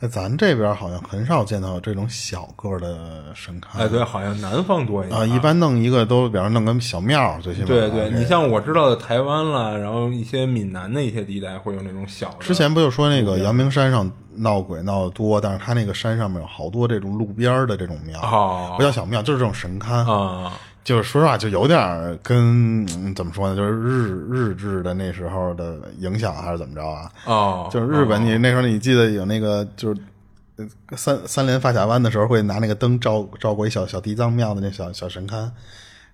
Speaker 2: 哎，咱这边好像很少见到有这种小个儿的神龛。
Speaker 3: 哎，对，好像南方多一点
Speaker 2: 啊，一般啊弄一个都，比方弄个小庙儿，最起码。
Speaker 3: 对对，你像我知道的台湾啦，然后一些闽南的一些地带会有那种小的。
Speaker 2: 之前不就说那个阳明山上闹鬼闹得多，但是他那个山上面有好多这种路边儿的这种庙，
Speaker 3: 哦
Speaker 2: 不叫小庙，就是这种神龛。
Speaker 3: 啊，
Speaker 2: 就是说实话，就有点儿跟、嗯怎么说呢，就是日日治的那时候的影响，还是怎么着啊？
Speaker 3: 哦，
Speaker 2: 就是日本，你那时候你记得有那个就是。呃三三连发卡湾的时候，会拿那个灯照照过一小小地藏庙的那小小神龛，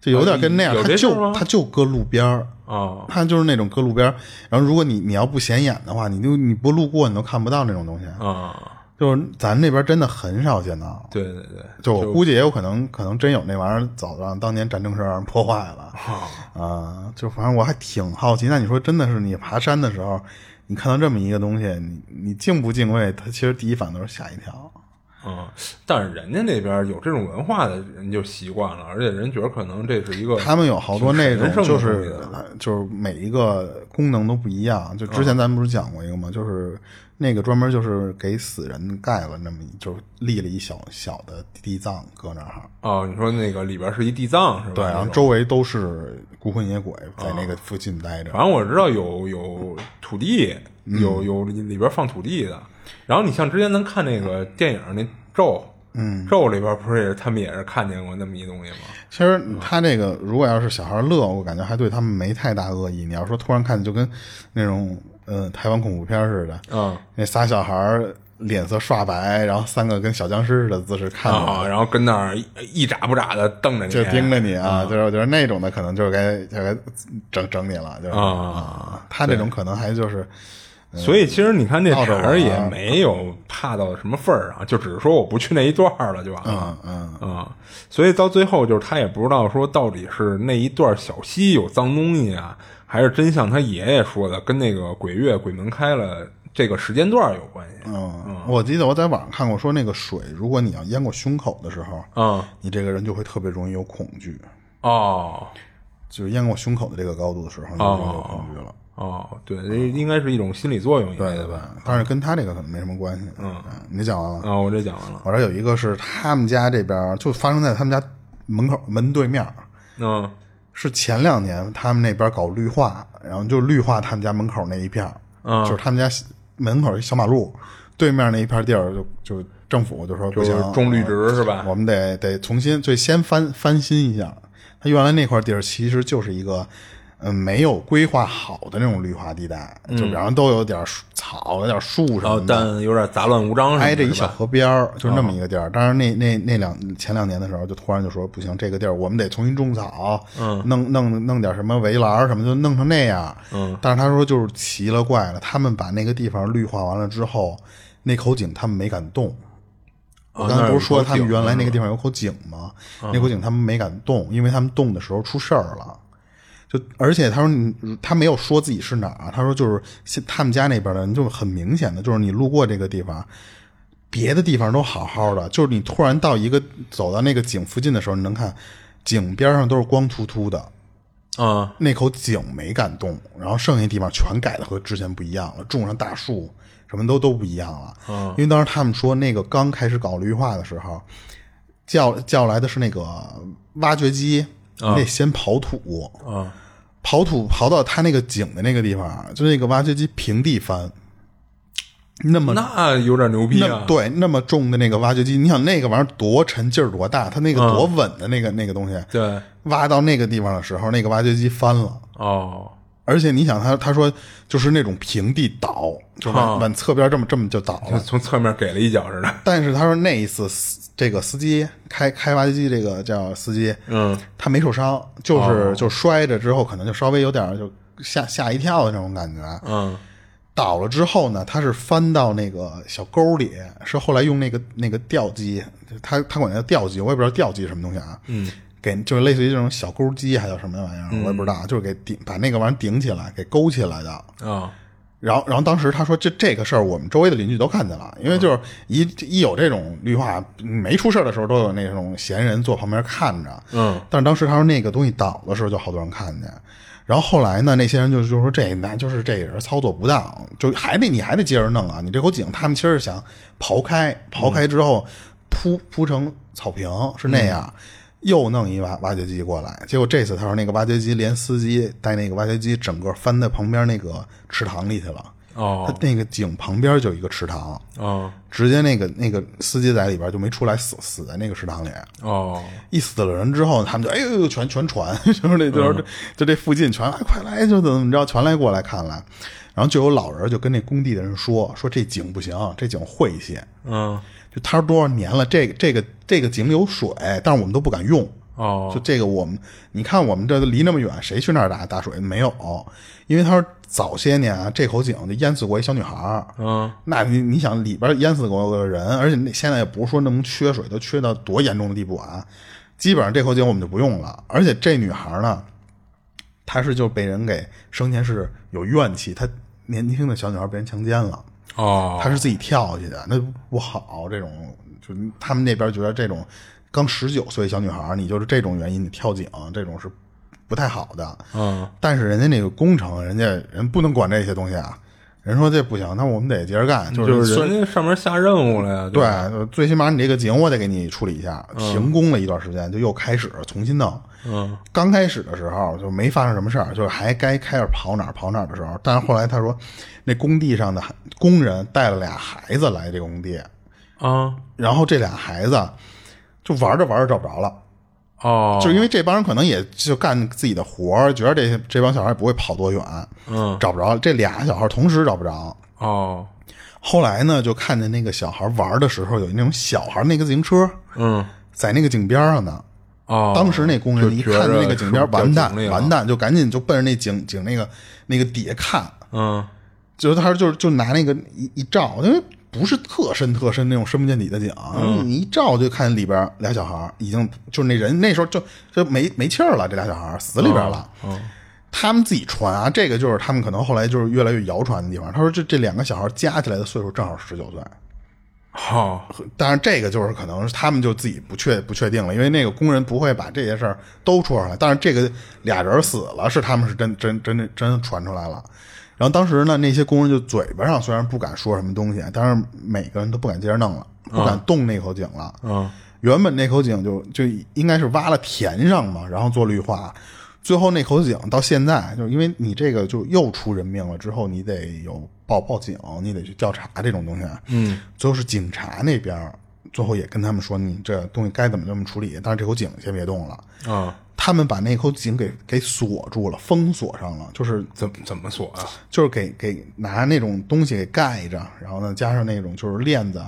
Speaker 2: 就有点跟那样，
Speaker 3: 啊有
Speaker 2: 他
Speaker 3: 这事儿
Speaker 2: 就
Speaker 3: 吗
Speaker 2: 他就搁路边儿，
Speaker 3: 哦
Speaker 2: 它就是那种搁路边儿，然后如果你你要不显眼的话，你就你不路过你都看不到那种东西。
Speaker 3: 啊，
Speaker 2: 就是咱这边真的很少见到，
Speaker 3: 对对对，
Speaker 2: 就我估计也有可能可能真有那玩意儿，早让当年战争时候让人破坏了。啊、就反正我还挺好奇。那你说真的是你爬山的时候，你看到这么一个东西，你你敬不敬畏？它其实第一反应都是吓一跳。
Speaker 3: 嗯，但是人家那边有这种文化的人就习惯了，而且人觉得可能这是一个
Speaker 2: 他们有好多那
Speaker 3: 挺神
Speaker 2: 种
Speaker 3: 圣的
Speaker 2: 就是呃
Speaker 3: 东西的
Speaker 2: 就是每一个功能都不一样。就之
Speaker 3: 啊
Speaker 2: 前咱们不是讲过一个吗？就是那个专门就是给死人盖了那么一，就是立了一小小的地藏搁那儿，
Speaker 3: 哦，你说那个里边是一地藏是吧？
Speaker 2: 对，啊然后
Speaker 3: 那种
Speaker 2: 周围都是孤魂野鬼在那个附近待着。
Speaker 3: 啊反正我知道有有土地，
Speaker 2: 嗯
Speaker 3: 有有里边放土地的。然后你像之前咱看那个电影那咒，嗯，咒里边不是也是他们也是看见过那么一东西吗？
Speaker 2: 其实他这个如果要是小孩乐，我感觉还对他们没太大恶意。你要说突然看，就跟那种呃台湾恐怖片似的，
Speaker 3: 嗯，
Speaker 2: 那仨小孩儿脸色刷白，然后三个跟小僵尸似的姿势看着我，
Speaker 3: 啊，然后跟那儿一一眨不眨的瞪着你，
Speaker 2: 就盯着你啊，
Speaker 3: 哦
Speaker 2: 就是我觉得那种的可能就该就该整整你了，就是、
Speaker 3: 啊。
Speaker 2: 他这种可能还就是
Speaker 3: 所以其实你看这
Speaker 2: 闹着玩
Speaker 3: 茬儿也没有怕到什么份儿啊上，就只是说我不去那一段儿了，就完了。嗯所以到最后就是他也不知道说到底是那一段小溪有脏东西啊，还是真像他爷爷说的跟那个鬼月鬼门开了这个时间段儿有关系。
Speaker 2: 嗯，我记得我在网上看过，说那个水，如果你要淹过胸口的时候，
Speaker 3: 嗯
Speaker 2: 你这个人就会特别容易有恐惧，
Speaker 3: 哦
Speaker 2: 就是淹过胸口的这个高度的时候，你就容易有恐惧了。
Speaker 3: 哦，对，这应该是一种心理作用一类的吧？
Speaker 2: 吧？嗯但是跟他这个可能没什么关系。嗯，你讲完了。
Speaker 3: 啊，我这讲完了。
Speaker 2: 我这有一个是他们家这边儿，就发生在他们家门口门对面儿，
Speaker 3: 嗯
Speaker 2: 是前两年他们那边搞绿化，然后就绿化他们家门口那一片儿，
Speaker 3: 嗯
Speaker 2: 就是他们家门口小马路对面那一片地儿就，就政府就说不
Speaker 3: 就是
Speaker 2: 行，
Speaker 3: 种绿植是吧
Speaker 2: 我们得得重新，最先翻翻新一下。它原来那块地儿其实就是一个，嗯，没有规划好的那种绿化地带，就比方都有点树草，有点树什
Speaker 3: 然后
Speaker 2: 么的，
Speaker 3: 哦但有点杂乱无章什么的，
Speaker 2: 挨着一
Speaker 3: 是
Speaker 2: 小
Speaker 3: 吧
Speaker 2: 河边儿，就是那么一个地儿。但是那那那两前两年的时候，就突然就说不行，这个地儿我们得重新种草，嗯，弄弄弄点什么围栏儿什么，就弄成那样。嗯，但是他说就是奇了怪了，他们把那个地方绿化完了之后，那口井他们没敢动。我刚才不是说他们原来那个地方有口井吗？那口井他们没敢动，因为他们动的时候出事儿了。就而且他说你他没有说自己是哪儿啊，他说就是现他们家那边的人就很明显的，就是你路过这个地方，别的地方都好好的，就是你突然到一个走到那个井附近的时候，你能看井边上都是光秃秃的，
Speaker 3: 嗯
Speaker 2: 那口井没敢动，然后剩下地方全改的和之前不一样了，种上大树，什么都都不一样了。
Speaker 3: 嗯
Speaker 2: 因为当时他们说那个刚开始搞绿化的时候，叫叫来的是那个挖掘机，你得先刨土，
Speaker 3: 嗯
Speaker 2: 刨土刨到他那个井的那个地方，就那个挖掘机平地翻，那么
Speaker 3: 那有点牛逼
Speaker 2: 嗯那
Speaker 3: 啊！
Speaker 2: 对那么重的那个挖掘机，你想那个玩意儿多沉，劲儿多大，它那个多稳的那个、那个东西，
Speaker 3: 嗯对，
Speaker 2: 挖到那个地方的时候，那个挖掘机翻了。
Speaker 3: 哦，
Speaker 2: 而且你想他，他说就是那种平地倒，就往往侧边这么这么就倒
Speaker 3: 就
Speaker 2: 了。
Speaker 3: 从侧面给了一脚似的。
Speaker 2: 但是他说那一次司这个司机开开挖掘机这个叫司机，嗯，哦他没受伤，就是、就摔着之后可能就稍微有点就吓吓一跳的那种感觉，
Speaker 3: 嗯，
Speaker 2: 倒了之后呢，他是翻到那个小沟里，是后来用那个那个吊机，他他管它叫吊机，我也不知道吊机是什么东西啊。嗯，给就是类似于这种小钩机，还叫什么玩意儿，我也不知道，就是给顶把那个玩意儿顶起来，给勾起来的。
Speaker 3: 啊，
Speaker 2: 然后，然后当时他说这这个事儿，我们周围的邻居都看见了，因为就是一一有这种绿化嗯没出事儿的时候，都有那种闲人坐旁边看着。
Speaker 3: 嗯，
Speaker 2: 但是当时他说那个东西倒的时候，就好多人看见。然后后来呢，那些人就就说这那就是这人操作不当，就还得你还得接着弄啊，你这口井他们其实是想刨开，刨开之后铺铺成草坪是那样。又弄一挖挖掘机过来，结果这次他说那个挖掘机连司机带那个挖掘机整个翻到旁边那个池塘里去了。
Speaker 3: 哦，
Speaker 2: 他那个井旁边就有一个池塘，
Speaker 3: 哦，
Speaker 2: 直接那个那个司机在里边就没出来死，死在那个池塘里。
Speaker 3: 哦，
Speaker 2: 一死了人之后，他们就哎呦呦全全传， *laughs* 就是那就是这就这附近全哎快来就怎么怎么着，全来过来看来。然后就有老人就跟那工地的人说说这井不行，这井晦气。
Speaker 3: 嗯，
Speaker 2: 就他说多少年了，这个这个这个井有水，但是我们都不敢用。
Speaker 3: 哦，
Speaker 2: 就这个我们，你看我们这离那么远，谁去那儿打打水？没有，因为他说早些年啊，这口井就淹死过一小女孩儿。
Speaker 3: 嗯，
Speaker 2: 那你你想里边淹死过个人，而且那现在也不是说能缺水，都缺到多严重的地步啊。基本上这口井我们就不用了，而且这女孩儿呢，她是就被人给生前是有怨气，她年轻的小女孩被人强奸了。
Speaker 3: 哦，
Speaker 2: 他是自己跳下去的，那不好。这种就他们那边觉得这种刚十九岁小女孩，你就是这种原因你跳井，这种是不太好的。
Speaker 3: 嗯，
Speaker 2: 但是人家那个工程，人家人不能管这些东西啊。人说这不行，那我们得接着干，
Speaker 3: 嗯就是是
Speaker 2: 虽
Speaker 3: 人家上面下任务了呀。
Speaker 2: 对
Speaker 3: 吧，
Speaker 2: 呃最起码你这个井我得给你处理一下。停工了一段时间，就又开始重新弄。
Speaker 3: 嗯，
Speaker 2: 刚开始的时候就没发生什么事儿，就是还该开始跑哪儿跑哪儿的时候，但是后来他说，那工地上的工人带了俩孩子来这个工地，
Speaker 3: 啊，
Speaker 2: 然后这俩孩子就玩着玩着找不着了，
Speaker 3: 哦，
Speaker 2: 就是因为这帮人可能也就干自己的活儿，觉得这些这帮小孩也不会跑多远，
Speaker 3: 嗯，
Speaker 2: 找不着了。这俩小孩同时找不着，
Speaker 3: 哦，
Speaker 2: 后来呢，就看见那个小孩玩的时候，有那种小孩那个自行车，
Speaker 3: 嗯，
Speaker 2: 在那个井边上呢。
Speaker 3: 哦，
Speaker 2: 当时那工人
Speaker 3: 就
Speaker 2: 一
Speaker 3: 觉
Speaker 2: 看
Speaker 3: 着
Speaker 2: 见那个井边，
Speaker 3: 是
Speaker 2: 完蛋
Speaker 3: 掉井里，了
Speaker 2: 完，蛋，就赶紧就奔着那井井那个那个底下看，
Speaker 3: 嗯
Speaker 2: 就他就就拿那个一一照，因为不是特深特深那种深不见底的井，你一照就看见里边俩小孩已经就是那人那时候就就没没气儿了，这俩小孩死里边了。他们自己传啊，这个就是他们可能后来就是越来越谣传的地方。他说这这两个小孩加起来的岁数正好十九岁，
Speaker 3: 好，
Speaker 2: 当然，这个就是可能是他们就自己不确不确定了，因为那个工人不会把这些事儿都说出来。但是这个俩人死了，是他们是真 *laughs* 真真真传出来了。然后当时呢，那些工人就嘴巴上虽然不敢说什么东西，但是每个人都不敢接着弄了，不敢动那口井了。
Speaker 3: 嗯，
Speaker 2: 原本那口井就就应该是挖了填上嘛，然后做绿化。最后那口井到现在，就是因为你这个就又出人命了，之后你得有报报警，你得去调查这种东西。嗯，最后是警察那边儿，最后也跟他们说，你这东西该怎么怎么处理，但是这口井先别动了。
Speaker 3: 啊，
Speaker 2: 他们把那口井给给锁住了，封锁上了，就是
Speaker 3: 怎么怎么锁啊？
Speaker 2: 就是给给拿那种东西给盖着，然后呢加上那种就是链子，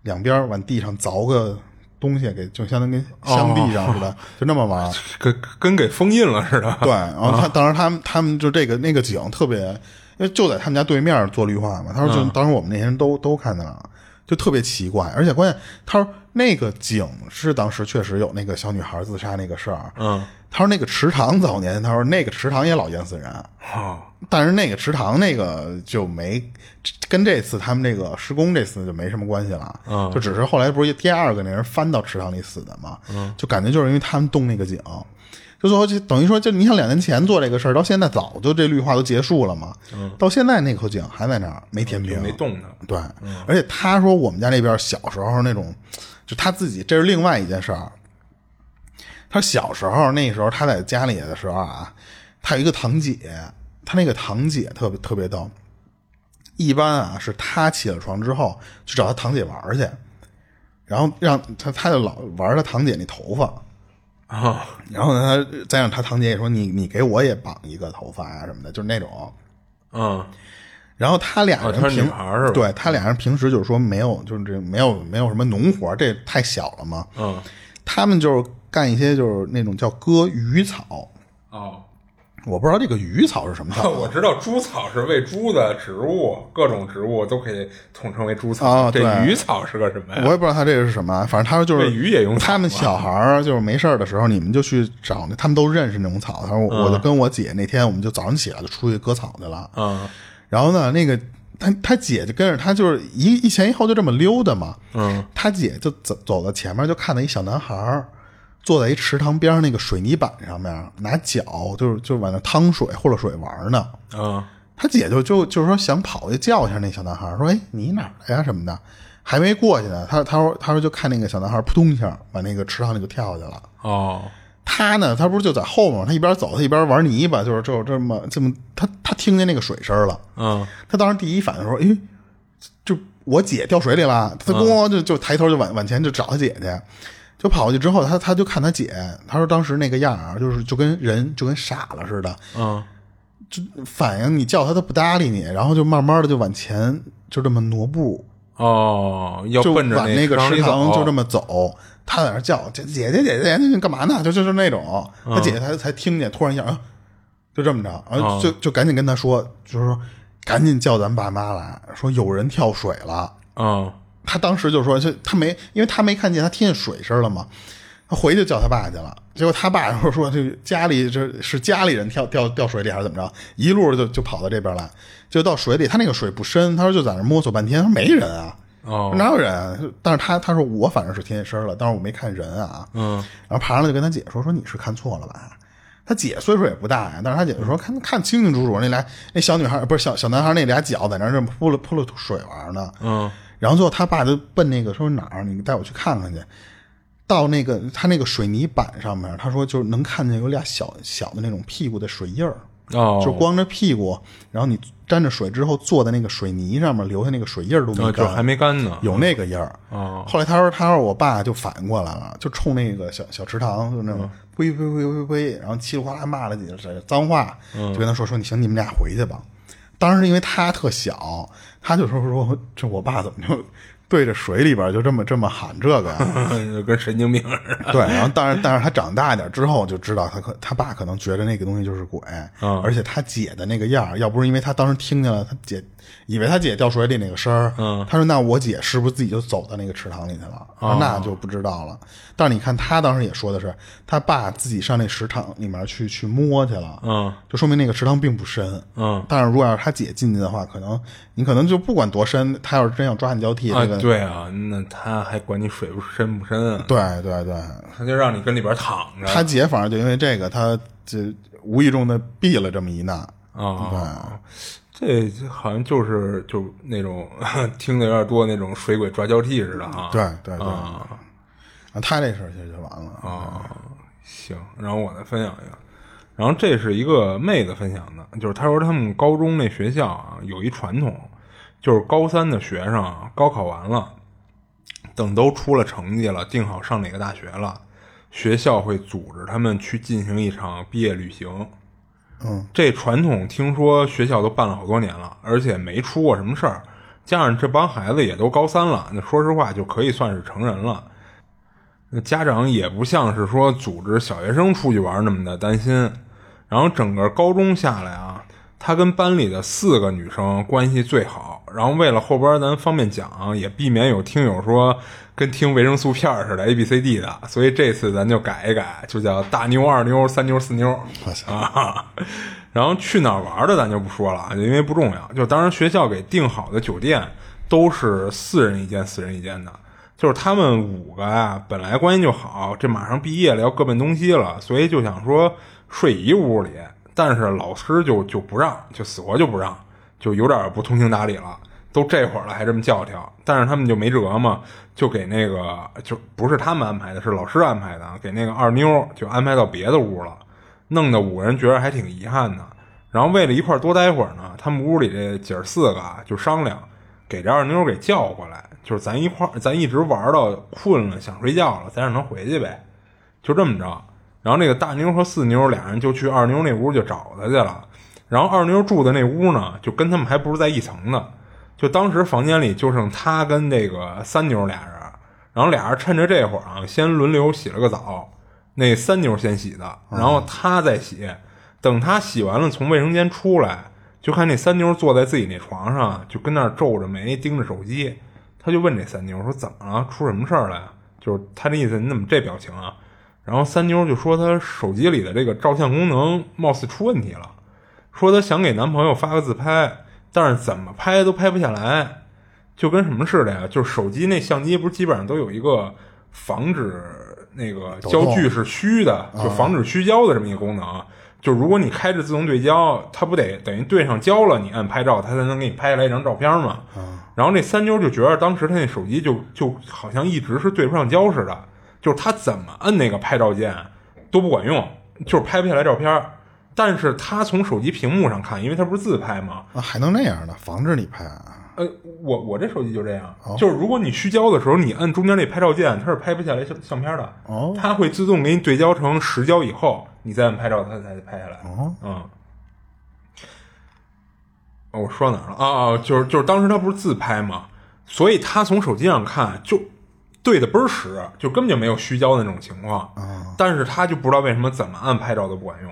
Speaker 2: 两边儿往地上凿个东西给，就相当于跟镶地上似的，就那么玩儿。
Speaker 3: 跟跟给封印了似的，
Speaker 2: 对，然后他当时他们他们就这个那个景特别，因为就在他们家对面做绿化嘛。他说就当时我们那些人都都看见了，就特别奇怪，而且关键他说那个景是当时确实有那个小女孩自杀那个事儿。
Speaker 3: 嗯，
Speaker 2: 他说那个池塘早年他说那个池塘也老淹死人。
Speaker 3: 哦，
Speaker 2: 但是那个池塘那个就没跟这次他们这个施工这次就没什么关系了，
Speaker 3: 嗯
Speaker 2: 就只是后来不是第二个那人翻到池塘里死的嘛，
Speaker 3: 嗯
Speaker 2: 就感觉就是因为他们动那个井，就最后就等于说，就你想两年前做这个事儿，到现在早就这绿化都结束了嘛，到现在那口井还在那儿没填
Speaker 3: 嗯就
Speaker 2: 平，
Speaker 3: 没动它。
Speaker 2: 对，而且他说我们家那边小时候那种，就他自己这是另外一件事儿。他小时候那时候他在家里的时候啊，他有一个堂姐，他那个堂姐特别特别逗。一般啊是他起了床之后去找他堂姐玩儿去，然后让他他就老玩他堂姐那头发，
Speaker 3: 啊，
Speaker 2: 然后呢他再让他堂姐也说你你给我也绑一个头发呀、什么的，就是那种。
Speaker 3: 嗯，
Speaker 2: 然后他俩
Speaker 3: 哦
Speaker 2: 人
Speaker 3: 她是
Speaker 2: 平、
Speaker 3: 女孩儿是吧
Speaker 2: 对他俩人平时就是说没有，就是这没有没有什么农活儿，这太小了嘛。
Speaker 3: 嗯，
Speaker 2: 他们就是干一些就是那种叫割鱼草，
Speaker 3: 哦，
Speaker 2: 我不知道这个鱼草是什么草
Speaker 3: *laughs* 我知道猪草是喂猪的植物，各种植物都可以统称为猪草。
Speaker 2: 哦
Speaker 3: 这
Speaker 2: 对
Speaker 3: 鱼草是个什么
Speaker 2: 我
Speaker 3: 哎呀？
Speaker 2: 也不知道他这个是什么，啊反正他说就是
Speaker 3: 喂鱼也用草啊
Speaker 2: 他们小孩儿就是没事儿的时候，你们就去找那，他们都认识那种草。他说我,、我就跟我姐那天，我们就早上起来就出去割草去了。
Speaker 3: 嗯，
Speaker 2: 然后呢，那个他他姐就跟着他，就是一一前一后就这么溜达嘛。嗯，他姐就走走到前面，就看到一小男孩儿坐在一池塘边上那个水泥板上面，拿脚就是就往那趟水或者水玩儿呢。
Speaker 3: 嗯，
Speaker 2: 他姐就就就是说想跑去叫一下那小男孩儿，说：“哎，你哪儿来呀、什么的。”还没过去呢，他他说他说就看那个小男孩儿扑通一下往那个池塘里就跳下去了。
Speaker 3: 哦，
Speaker 2: 他呢，他不是就在后面吗，他一边走他一边玩泥巴，就是就这么这么，他他听见那个水声了。
Speaker 3: 嗯，
Speaker 2: 他当时第一反应说：“哎，就我姐掉水里了。”他咣就就抬头就往往前就找他姐去，就跑过去之后，他他就看他姐，他说当时那个样儿啊就是就跟人就跟傻了似的，
Speaker 3: 嗯，
Speaker 2: 就反应你叫他他不搭理你，然后就慢慢的就往前就这么挪步，
Speaker 3: 哦，要
Speaker 2: 就
Speaker 3: 奔着
Speaker 2: 往那个
Speaker 3: 池塘
Speaker 2: 池
Speaker 3: 里
Speaker 2: 塘
Speaker 3: 走，
Speaker 2: 就这么走。他在那儿叫姐姐姐姐姐，你干嘛呢？就就是那种，
Speaker 3: 嗯
Speaker 2: 他姐姐才才听见，突然一下啊，就这么着，然
Speaker 3: 嗯
Speaker 2: 后就就赶紧跟他说，就是说赶紧叫咱爸妈来，说有人跳水了。
Speaker 3: 嗯，
Speaker 2: 他当时就说，就他没，因为他没看见，他听见水声了嘛，他回去叫他爸去了。结果他爸然后说，这家里这是家里人跳掉掉水里还是怎么着，一路就就跑到这边来，就到水里，他那个水不深，他说就在那摸索半天，他说没人啊，
Speaker 3: 哦，
Speaker 2: 哪有人啊？但是他他说我反正是听见声了，但是我没看人啊，嗯，然后爬上来就跟他姐说，说你是看错了吧。他姐岁数也不大呀，但是他姐就说看看清清楚楚，那俩那小女孩不是小小男孩那俩脚在那儿这么扑了扑了水玩呢，
Speaker 3: 嗯，
Speaker 2: 然后最后他爸就奔那个说哪儿，你带我去看看去。到那个他那个水泥板上面，他说就是能看见有俩小小的那种屁股的水印儿，
Speaker 3: 哦，
Speaker 2: 就光着屁股，然后你沾着水之后坐在那个水泥上面留下那个水印儿都没
Speaker 3: 呃就
Speaker 2: 干，
Speaker 3: 还没干呢。
Speaker 2: 有那个印儿。
Speaker 3: 哦
Speaker 2: 后来他说，他说我爸就反应过来了，就冲那个小小池塘就那种呸呸呸呸呸，然后叽里哗啦骂了几句脏话，就跟他说说你行，你们俩回去吧。当时因为他特小，他就说说这我爸怎么就对着水里边就这么这么喊这个呀、
Speaker 3: 就 *laughs* 跟神经病似
Speaker 2: *laughs*
Speaker 3: 的。
Speaker 2: 对，然后但是但是他长大一点之后就知道他可他爸可能觉得那个东西就是鬼，
Speaker 3: 嗯
Speaker 2: 而且他姐的那个样儿，要不是因为他当时听见了他姐以为他姐掉水里那个声儿，
Speaker 3: 嗯
Speaker 2: 他说那我姐是不是自己就走到那个池塘里去了？
Speaker 3: 哦
Speaker 2: 那就不知道了。但是你看他当时也说的是他爸自己上那池塘里面去去摸去了，
Speaker 3: 嗯，
Speaker 2: 就说明那个池塘并不深，
Speaker 3: 嗯，
Speaker 2: 但是如果要是他姐进去的话，可能你可能就不管多深，他要是真要抓你交替，
Speaker 3: 啊
Speaker 2: 这，个
Speaker 3: 对啊，那他还管你水不深不深啊？
Speaker 2: 对对对，
Speaker 3: 他就让你跟里边躺着。
Speaker 2: 他姐反正就因为这个，他这无意中的避了这么一难。
Speaker 3: 啊，这好像就是就那种 *laughs* 听的有点多那种水鬼抓交替似的啊。
Speaker 2: 对对对，
Speaker 3: 啊
Speaker 2: 啊他这事儿其实就完了啊。
Speaker 3: 行，然后我再分享一个，然后这是一个妹子分享的，就是她说他们高中那学校啊有一传统，就是高三的学生啊高考完了，等都出了成绩了，定好上哪个大学了，学校会组织他们去进行一场毕业旅行。
Speaker 2: 嗯，
Speaker 3: 这传统听说学校都办了好多年了，而且没出过什么事儿，加上这帮孩子也都高三了，那说实话就可以算是成人了。那家长也不像是说组织小学生出去玩那么的担心。然后整个高中下来啊，他跟班里的四个女生关系最好。然后为了后边咱方便讲啊，也避免有听友说跟听维生素片儿似的 A B C D 的，所以这次咱就改一改，就叫大妞、二妞、三妞、四妞啊。然后去哪儿玩的咱就不说了，因为不重要。就当时学校给订好的酒店都是四人一间，四人一间的。就是他们五个啊，本来关系就好，这马上毕业了，要各奔东西了，所以就想说睡一屋里，但是老师就就不让，就死活就不让，就有点不通情达理了。都这会儿了还这么教条，但是他们就没辙嘛，就给那个就不是他们安排的，是老师安排的，给那个二妞就安排到别的屋了，弄得五个人觉得还挺遗憾的。然后为了一块儿多待会儿呢，他们屋里这姐儿四个啊就商量，给这二妞儿给叫过来，就是咱一块儿，咱一直玩到困了想睡觉了，咱让她回去呗，就这么着。然后那个大妞和四妞俩人就去二妞那屋就找她去了。然后二妞住的那屋呢，就跟他们还不是在一层呢。就当时房间里就剩她跟这个三妞俩人，然后俩人趁着这会儿啊，先轮流洗了个澡，那三妞先洗的，然后她再洗。等她洗完了从卫生间出来，就看那三妞坐在自己那床上，就跟那儿皱着眉盯着手机。她就问这三妞说：“怎么了？出什么事儿了呀？”就是她那意思，你怎么这表情啊？然后三妞就说她手机里的这个照相功能貌似出问题了，说她想给男朋友发个自拍，但是怎么拍都拍不下来，就跟什么似的呀？就是手机那相机不是基本上都有一个防止那个焦距是虚的，就防止虚焦的这么一个功能啊。就如果你开着自动对焦，它不得等于对上焦了，你按拍照，它才能给你拍下来一张照片嘛。然后那三妞就觉得当时她那手机就就好像一直是对不上焦似的，就是她怎么摁那个拍照键都不管用，就是拍不下来照片。但是她从手机屏幕上看，因为她不是自拍嘛，
Speaker 2: 啊还能那样呢？防止你拍啊？
Speaker 3: 呃，我我这手机就这样，
Speaker 2: 哦
Speaker 3: 就是如果你虚焦的时候，你按中间那拍照键，它是拍不下来相相片的，
Speaker 2: 哦
Speaker 3: 它会自动给你对焦成实焦以后，你再按拍照，它才拍下来。
Speaker 2: 哦，
Speaker 3: 嗯，哦，我说哪儿了啊？啊就是就是当时他不是自拍嘛，所以他从手机上看就对的倍儿实，就根本就没有虚焦那种情况。
Speaker 2: 哦
Speaker 3: 但是他就不知道为什么怎么按拍照都不管用。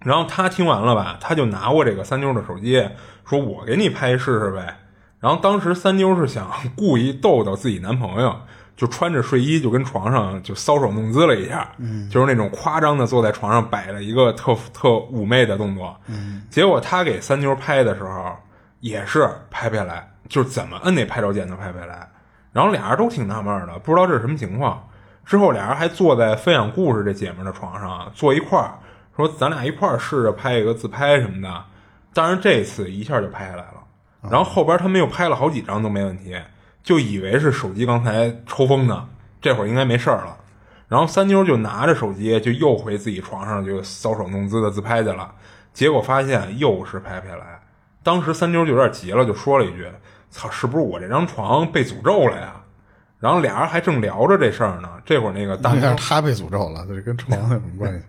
Speaker 3: 然后他听完了吧，他就拿过这个三妞的手机，说：“我给你拍试试呗。”然后当时三妞是想故意逗逗自己男朋友，就穿着睡衣就跟床上就搔首弄姿了一下，嗯，就是那种夸张的坐在床上摆了一个特特妩媚的动作，嗯，结果他给三妞拍的时候也是拍不下来，就是怎么摁那拍照键都拍不下来。然后俩人都挺纳闷的，不知道这是什么情况。之后俩人还坐在分享故事这姐们儿的床上啊坐一块儿，说咱俩一块儿试着拍一个自拍什么的。当然这次一下就拍下来了，然后后边他们又拍了好几张都没问题，就以为是手机刚才抽风呢，这会儿应该没事儿了。然后三妞就拿着手机就又回自己床上就搔首弄姿的自拍去了，结果发现又是拍不下来。当时三妞就有点急了，就说了一句：“操，是不是我这张床被诅咒了呀？”然后俩人还 *laughs* 正聊着这事儿呢，这会儿那个大
Speaker 2: 但
Speaker 3: 妞
Speaker 2: 是他被诅咒了，这跟床有什么关系？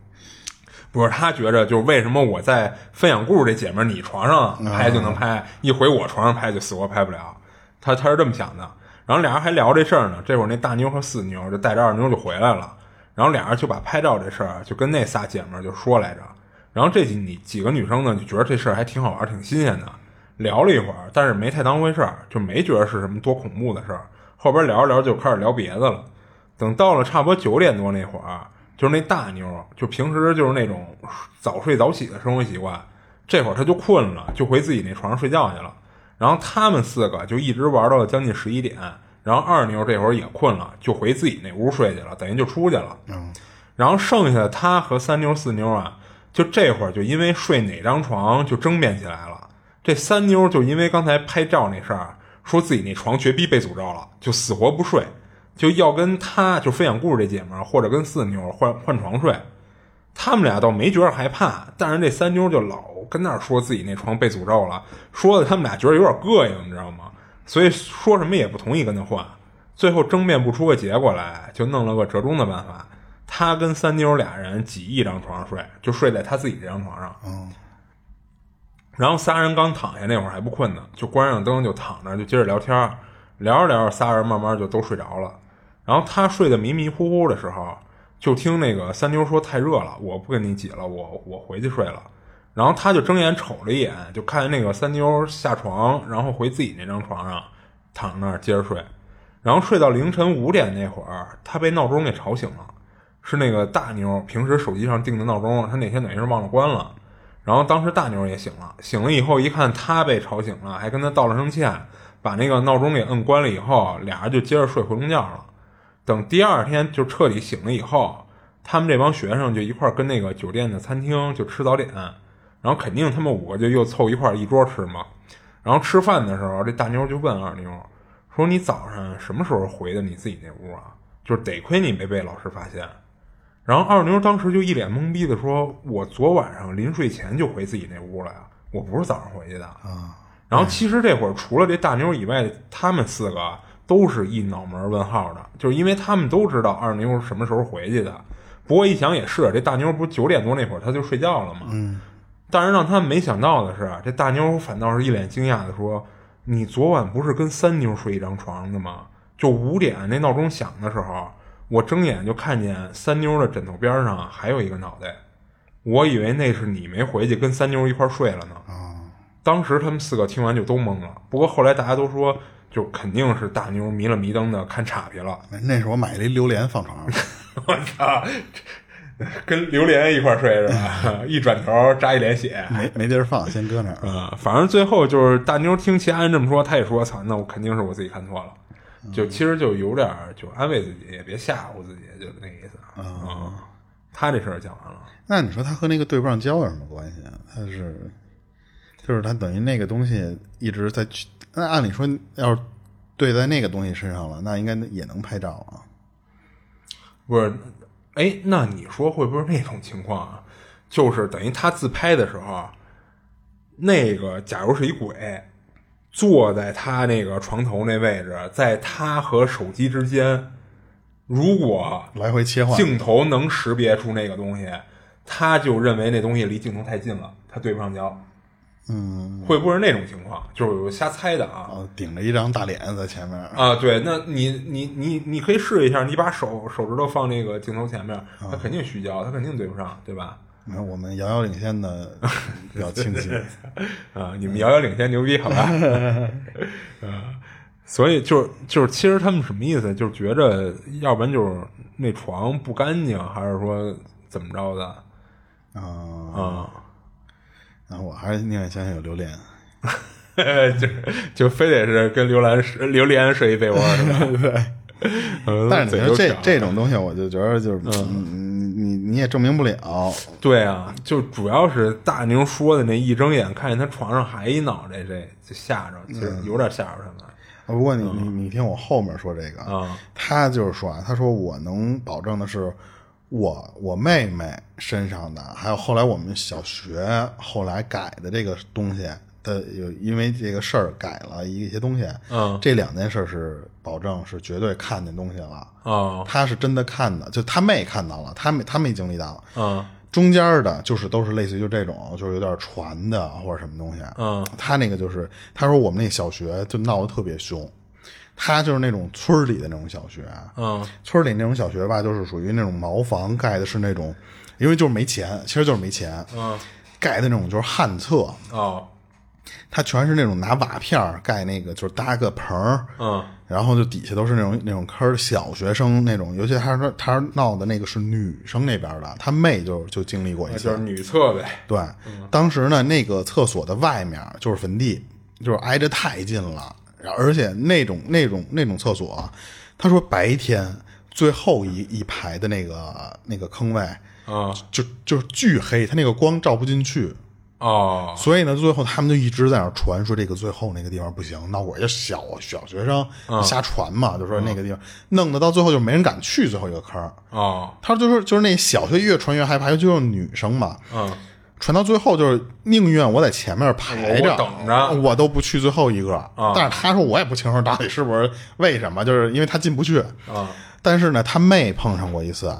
Speaker 3: 比如他觉着就是为什么我在分享故事这姐们儿你床上拍就能拍，一回我床上拍就死活拍不了，他他是这么想的。然后俩人还聊这事儿呢，这会儿那大妞和四妞就带着二妞就回来了，然后俩人就把拍照这事儿就跟那仨姐们儿就说来着。然后这几女几个女生呢就觉得这事儿还挺好玩儿，挺新鲜的，聊了一会儿，但是没太当回事儿，就没觉得是什么多恐怖的事儿。后边聊着聊着就开始聊别的了。等到了差不多九点多那会儿，啊就是那大妞，就平时就是那种早睡早起的生活习惯，这会儿她就困了，就回自己那床上睡觉去了。然后他们四个就一直玩到了将近十一点，然后二妞这会儿也困了，就回自己那屋睡去了，等于就出去了。嗯，然后剩下的她和三妞四妞啊，就这会儿就因为睡哪张床就争辩起来了。这三妞就因为刚才拍照那事儿，说自己那床绝逼被诅咒了，就死活不睡，就要跟她就分享故事这姐们儿或者跟四妞换换床睡。他们俩倒没觉得害怕，但是这三妞就老跟那儿说自己那床被诅咒了，说的他们俩觉得有点膈应，你知道吗？所以说什么也不同意跟他换，最后争辩不出个结果来，就弄了个折中的办法。他跟三妞俩人挤一张床上睡，就睡在他自己这张床上。然后仨人刚躺下那会儿还不困呢，就关上灯就躺着，就接着聊天儿，聊着聊着仨人慢慢就都睡着了。然后他睡得迷迷糊糊的时候，就听那个三妞说太热了，我不跟你挤了，我我回去睡了。然后他就睁眼瞅了一眼，就看见那个三妞下床，然后回自己那张床上躺那儿接着睡。然后睡到凌晨五点那会儿，他被闹钟给吵醒了，是那个大妞平时手机上定的闹钟，他那天等于是忘了关了。然后当时大妞也醒了，醒了以后一看他被吵醒了，还跟他道了声歉，把那个闹钟给摁关了以后，俩人就接着睡回笼觉了。等第二天就彻底醒了以后，他们这帮学生就一块儿跟那个酒店的餐厅就吃早点，然后肯定他们五个就又凑一块儿一桌吃嘛。然后吃饭的时候，这大妞就问二妞说：“你早上什么时候回的你自己那屋啊？就是得亏你没被老师发现。”然后二妞当时就一脸懵逼的说：“我昨晚上临睡前就回自己那屋了呀，我不是早上回去的啊。”然后其实这会儿除了这大妞以外，他们四个啊都是一脑门问号的，就是因为他们都知道二妞是什么时候回去的。不过一想也是，这大妞不是九点多那会儿她就睡觉了吗？嗯。但是让他们没想到的是，啊这大妞反倒是一脸惊讶的说：“你昨晚不是跟三妞睡一张床的吗？就五点那闹钟响的时候，我睁眼就看见三妞的枕头边上啊还有一个脑袋，我以为那是你没回去跟三妞一块儿睡了呢。”
Speaker 2: 啊
Speaker 3: 当时他们四个听完就都懵了。不过后来大家都说，就肯定是大妞迷了迷瞪的看岔劈了。 *laughs*
Speaker 2: 那是我买了一榴莲放床上，
Speaker 3: 我操，这跟榴莲一块儿睡是吧？一转头扎一脸血
Speaker 2: 没没地儿放，先搁那儿。
Speaker 3: 啊！反正最后就是大妞听其他人这么说，她也说：“操，那我肯定是我自己看错了。”就其实就有点儿就安慰自己，也别吓唬自己，就那意思啊。嗯他这事儿讲完了，
Speaker 2: 那你说他和那个对不上焦有什么关系啊？他是，就是他等于那个东西一直在去，那按理说要是对在那个东西身上了，那应该也能拍照啊。
Speaker 3: 不是？哎，那你说会不会那种情况啊？就是等于他自拍的时候，啊那个假如是一鬼，坐在他那个床头那位置，在他和手机之间，如果
Speaker 2: 来回切换，
Speaker 3: 镜头能识别出那个东西，他就认为那东西离镜头太近了，他对不上焦。嗯，会不会是那种情况？就是我瞎猜的啊。
Speaker 2: 哦，顶着一张大脸在前面，
Speaker 3: 啊，对，那你你你你可以试一下，你把手手指头放那个镜头前面，
Speaker 2: 啊
Speaker 3: 它肯定虚焦，它肯定对不上，对吧？ *laughs*
Speaker 2: 然后我们遥遥领先的比较清晰。
Speaker 3: 啊，你们遥遥领先，牛逼，好吧？ *laughs* 啊，所以就是就是，其实他们什么意思？就是觉着，要不然就是那床不干净，还是说怎么着的
Speaker 2: 啊，
Speaker 3: 啊？ *laughs*
Speaker 2: 然后我还是宁愿相信有榴莲。
Speaker 3: 就就非得是跟刘兰睡榴莲睡一被窝是吧？ *laughs* 嗯
Speaker 2: 但是你说
Speaker 3: 嘴
Speaker 2: 这
Speaker 3: 都瓢
Speaker 2: 这种东西，我就觉得就是，嗯你你你也证明不了。
Speaker 3: 对啊，就主要是大宁说的那一睁眼看见他床上还一脑袋，这就吓着，其实有点吓着他们。
Speaker 2: 不过你你你听我后面说这个
Speaker 3: 嗯啊，
Speaker 2: 他就是说啊，他说我能保证的是我我妹妹身上的，还有后来我们小学后来改的这个东西的，有因为这个事儿改了一些东西，
Speaker 3: 嗯
Speaker 2: 这两件事是保证是绝对看见东西了。
Speaker 3: 哦，
Speaker 2: 他是真的看的，就他妹看到了，他没他没经历到。
Speaker 3: 嗯，
Speaker 2: 中间儿的就是都是类似于就这种，就是有点传的或者什么东西。
Speaker 3: 嗯，
Speaker 2: 他那个就是他说我们那小学就闹得特别凶，他就是那种村儿里的那种小学。啊
Speaker 3: 嗯，
Speaker 2: 村儿里那种小学吧，就是属于那种茅房，盖的是那种，因为就是没钱，其实就是没钱。嗯，盖的那种就是旱厕，
Speaker 3: 哦，
Speaker 2: 它全是那种拿瓦片儿盖那个，就是搭个棚儿，
Speaker 3: 嗯，
Speaker 2: 然后就底下都是那种那种坑儿，小学生那种，尤其他说他闹的那个是女生那边的，他妹就就经历过一
Speaker 3: 那
Speaker 2: 次
Speaker 3: 啊就，是女厕呗。
Speaker 2: 对，当时呢，那个厕所的外面就是坟地，就是挨着太近了，然后而且那种那种那种厕所，啊他说白天最后一一排的那个那个坑位，
Speaker 3: 嗯，
Speaker 2: 就就是巨黑，他那个光照不进去，
Speaker 3: 哦，
Speaker 2: 所以呢，最后他们就一直在那儿传说这个最后那个地方不行，闹鬼，就小小学生瞎传嘛，就说那个地方弄得到最后就没人敢去最后一个坑儿。
Speaker 3: 哦，
Speaker 2: 他就说就是那小学越传越害怕，尤其是女生嘛，
Speaker 3: 嗯，
Speaker 2: 传到最后就是宁愿我在前面排着，
Speaker 3: 我等着啊
Speaker 2: 我都不去最后一个。但是他说我也不清楚到底是不是为什么，就是因为他进不去。
Speaker 3: 啊
Speaker 2: 但是呢，他妹碰上过一次，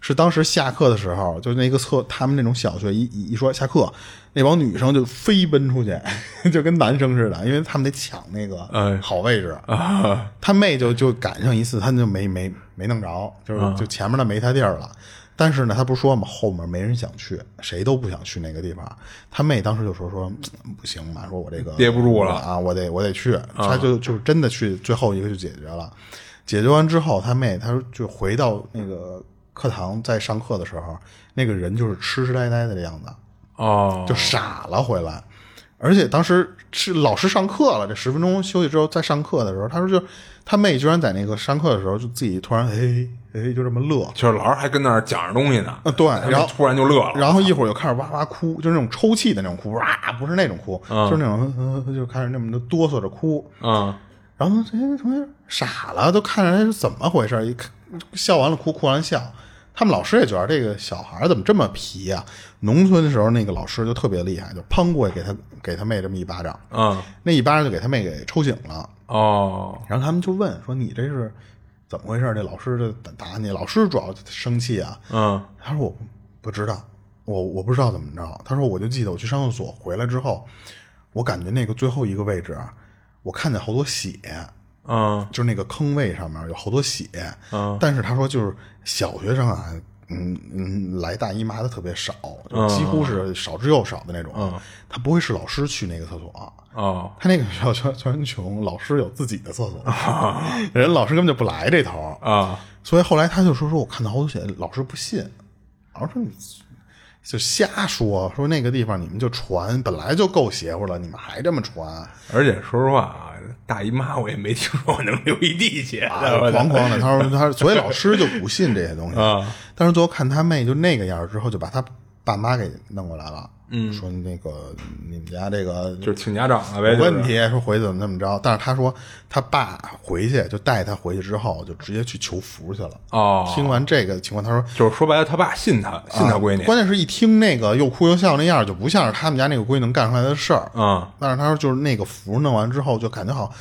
Speaker 2: 是当时下课的时候，就那个厕，他们那种小学一一一说下课，那帮女生就飞奔出去， *laughs* 就跟男生似的，因为他们得抢那
Speaker 3: 哎
Speaker 2: 个好位置。
Speaker 3: 啊，
Speaker 2: 他妹就就赶上一次，他就没没没弄着，
Speaker 3: 啊
Speaker 2: 就是就前面的没他地儿了。但是呢，他不是说嘛，后面没人想去，谁都不想去那个地方。他妹当时就说说嗯不行嘛，说我这个
Speaker 3: 憋不住了
Speaker 2: 啊，我得我得去。他就就真的去最后一个就解决了。解决完之后，他妹他就回到那个课堂，在上课的时候，那个人就是痴痴呆呆的样子。
Speaker 3: 哦，
Speaker 2: 就傻了回来。而且当时是老师上课了，这十分钟休息之后再上课的时候，他说就他妹居然在那个上课的时候就自己突然哎哎就这么乐
Speaker 3: 就是老师还跟那儿讲着东西呢
Speaker 2: 啊，，对，
Speaker 3: 他
Speaker 2: 然后
Speaker 3: 突然就乐了，
Speaker 2: 然后一会儿又开始哇哇哭，就是那种抽泣的那种哭，哇，不是那种哭，就是那种、呃呃就开始那么的哆嗦着哭。
Speaker 3: 嗯，
Speaker 2: 然后这些同学傻了，都看着他是怎么回事，一看笑完了哭，哭完了笑。他们老师也觉得这个小孩怎么这么皮呀、农村的时候，那个老师就特别厉害，就砰过去给他给他妹这么一巴掌，
Speaker 3: 嗯，
Speaker 2: 那一巴掌就给他妹给抽醒了。
Speaker 3: 哦，
Speaker 2: 然后他们就问说：“你这是怎么回事？这老师这打打你？老师主要生气啊？”
Speaker 3: 嗯，
Speaker 2: 他说我不不知道，我我不知道怎么着。他说我就记得我去上厕所回来之后，我感觉那个最后一个位置啊，我看见好多血，
Speaker 3: 嗯，
Speaker 2: 就是那个坑位上面有好多血。
Speaker 3: 嗯
Speaker 2: 但是他说就是小学生啊，嗯嗯，来大姨妈的特别少，就几乎是少之又少的那种。
Speaker 3: 嗯
Speaker 2: 他不会是老师去那个厕所。
Speaker 3: 哦，
Speaker 2: 他那个学校全全穷，老师有自己的厕所，人老师根本就不来这头
Speaker 3: 啊，
Speaker 2: 所以后来他就说说我看到好多血，老师不信，老师说你就瞎说，说那个地方你们就传本来就够邪乎了，你们还这么传，
Speaker 3: 而且说实话啊，大姨妈我也没听说能流一地血的，我
Speaker 2: 啊
Speaker 3: 操
Speaker 2: 哐
Speaker 3: *laughs*
Speaker 2: 哐的。他说他说，所以老师就不信这些东西
Speaker 3: 啊。
Speaker 2: 但是最后看他妹就那个样儿之后，就把他爸妈给弄过来了，嗯，说那个你们家这个
Speaker 3: 就是请家长了呗，
Speaker 2: 有
Speaker 3: 就是
Speaker 2: 问题，啊说回去怎么怎么着。但是他说他爸回去就带他回去之后，就直接去求福去了。
Speaker 3: 哦
Speaker 2: 听完这个情况，他说
Speaker 3: 就是说白了，他爸信他，信他闺女
Speaker 2: 啊，关键是一听那个又哭又笑那样儿，就不像是他们家那个闺女能干出来的事儿。
Speaker 3: 嗯，
Speaker 2: 但是他说就是那个符弄完之后，就感觉好，